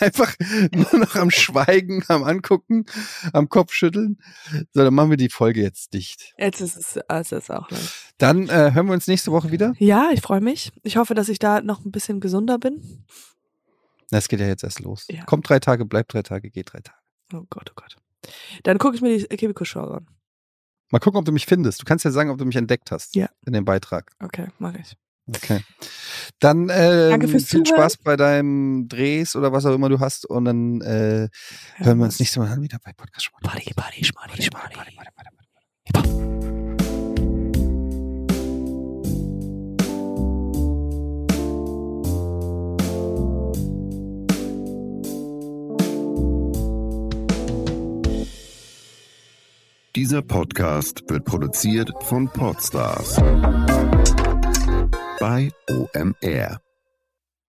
Speaker 1: Einfach nur noch am Schweigen, am Angucken, am Kopfschütteln. So, dann machen wir die Folge jetzt dicht.
Speaker 2: Jetzt ist es, ah, es ist auch lang.
Speaker 1: Dann äh, hören wir uns nächste Woche wieder.
Speaker 2: Ja, ich freue mich. Ich hoffe, dass ich da noch ein bisschen gesunder bin.
Speaker 1: Das geht ja jetzt erst los.
Speaker 2: Ja.
Speaker 1: Kommt drei Tage, bleibt drei Tage, geht drei Tage.
Speaker 2: Oh Gott, oh Gott. Dann gucke ich mir die Kebiko-Show an.
Speaker 1: Mal gucken, ob du mich findest. Du kannst ja sagen, ob du mich entdeckt hast
Speaker 2: Ja.
Speaker 1: in dem Beitrag.
Speaker 2: Okay, mache ich.
Speaker 1: Okay. Dann äh,
Speaker 2: Danke fürs
Speaker 1: viel
Speaker 2: Zuhören.
Speaker 1: Spaß bei deinem Drehs oder was auch immer du hast und dann äh, hören wir uns nächstes Mal wieder bei Podcast Schmarrn.
Speaker 2: Buddy, buddy, schmarri, schmarri.
Speaker 3: Dieser Podcast wird produziert von Podstars bei OMR.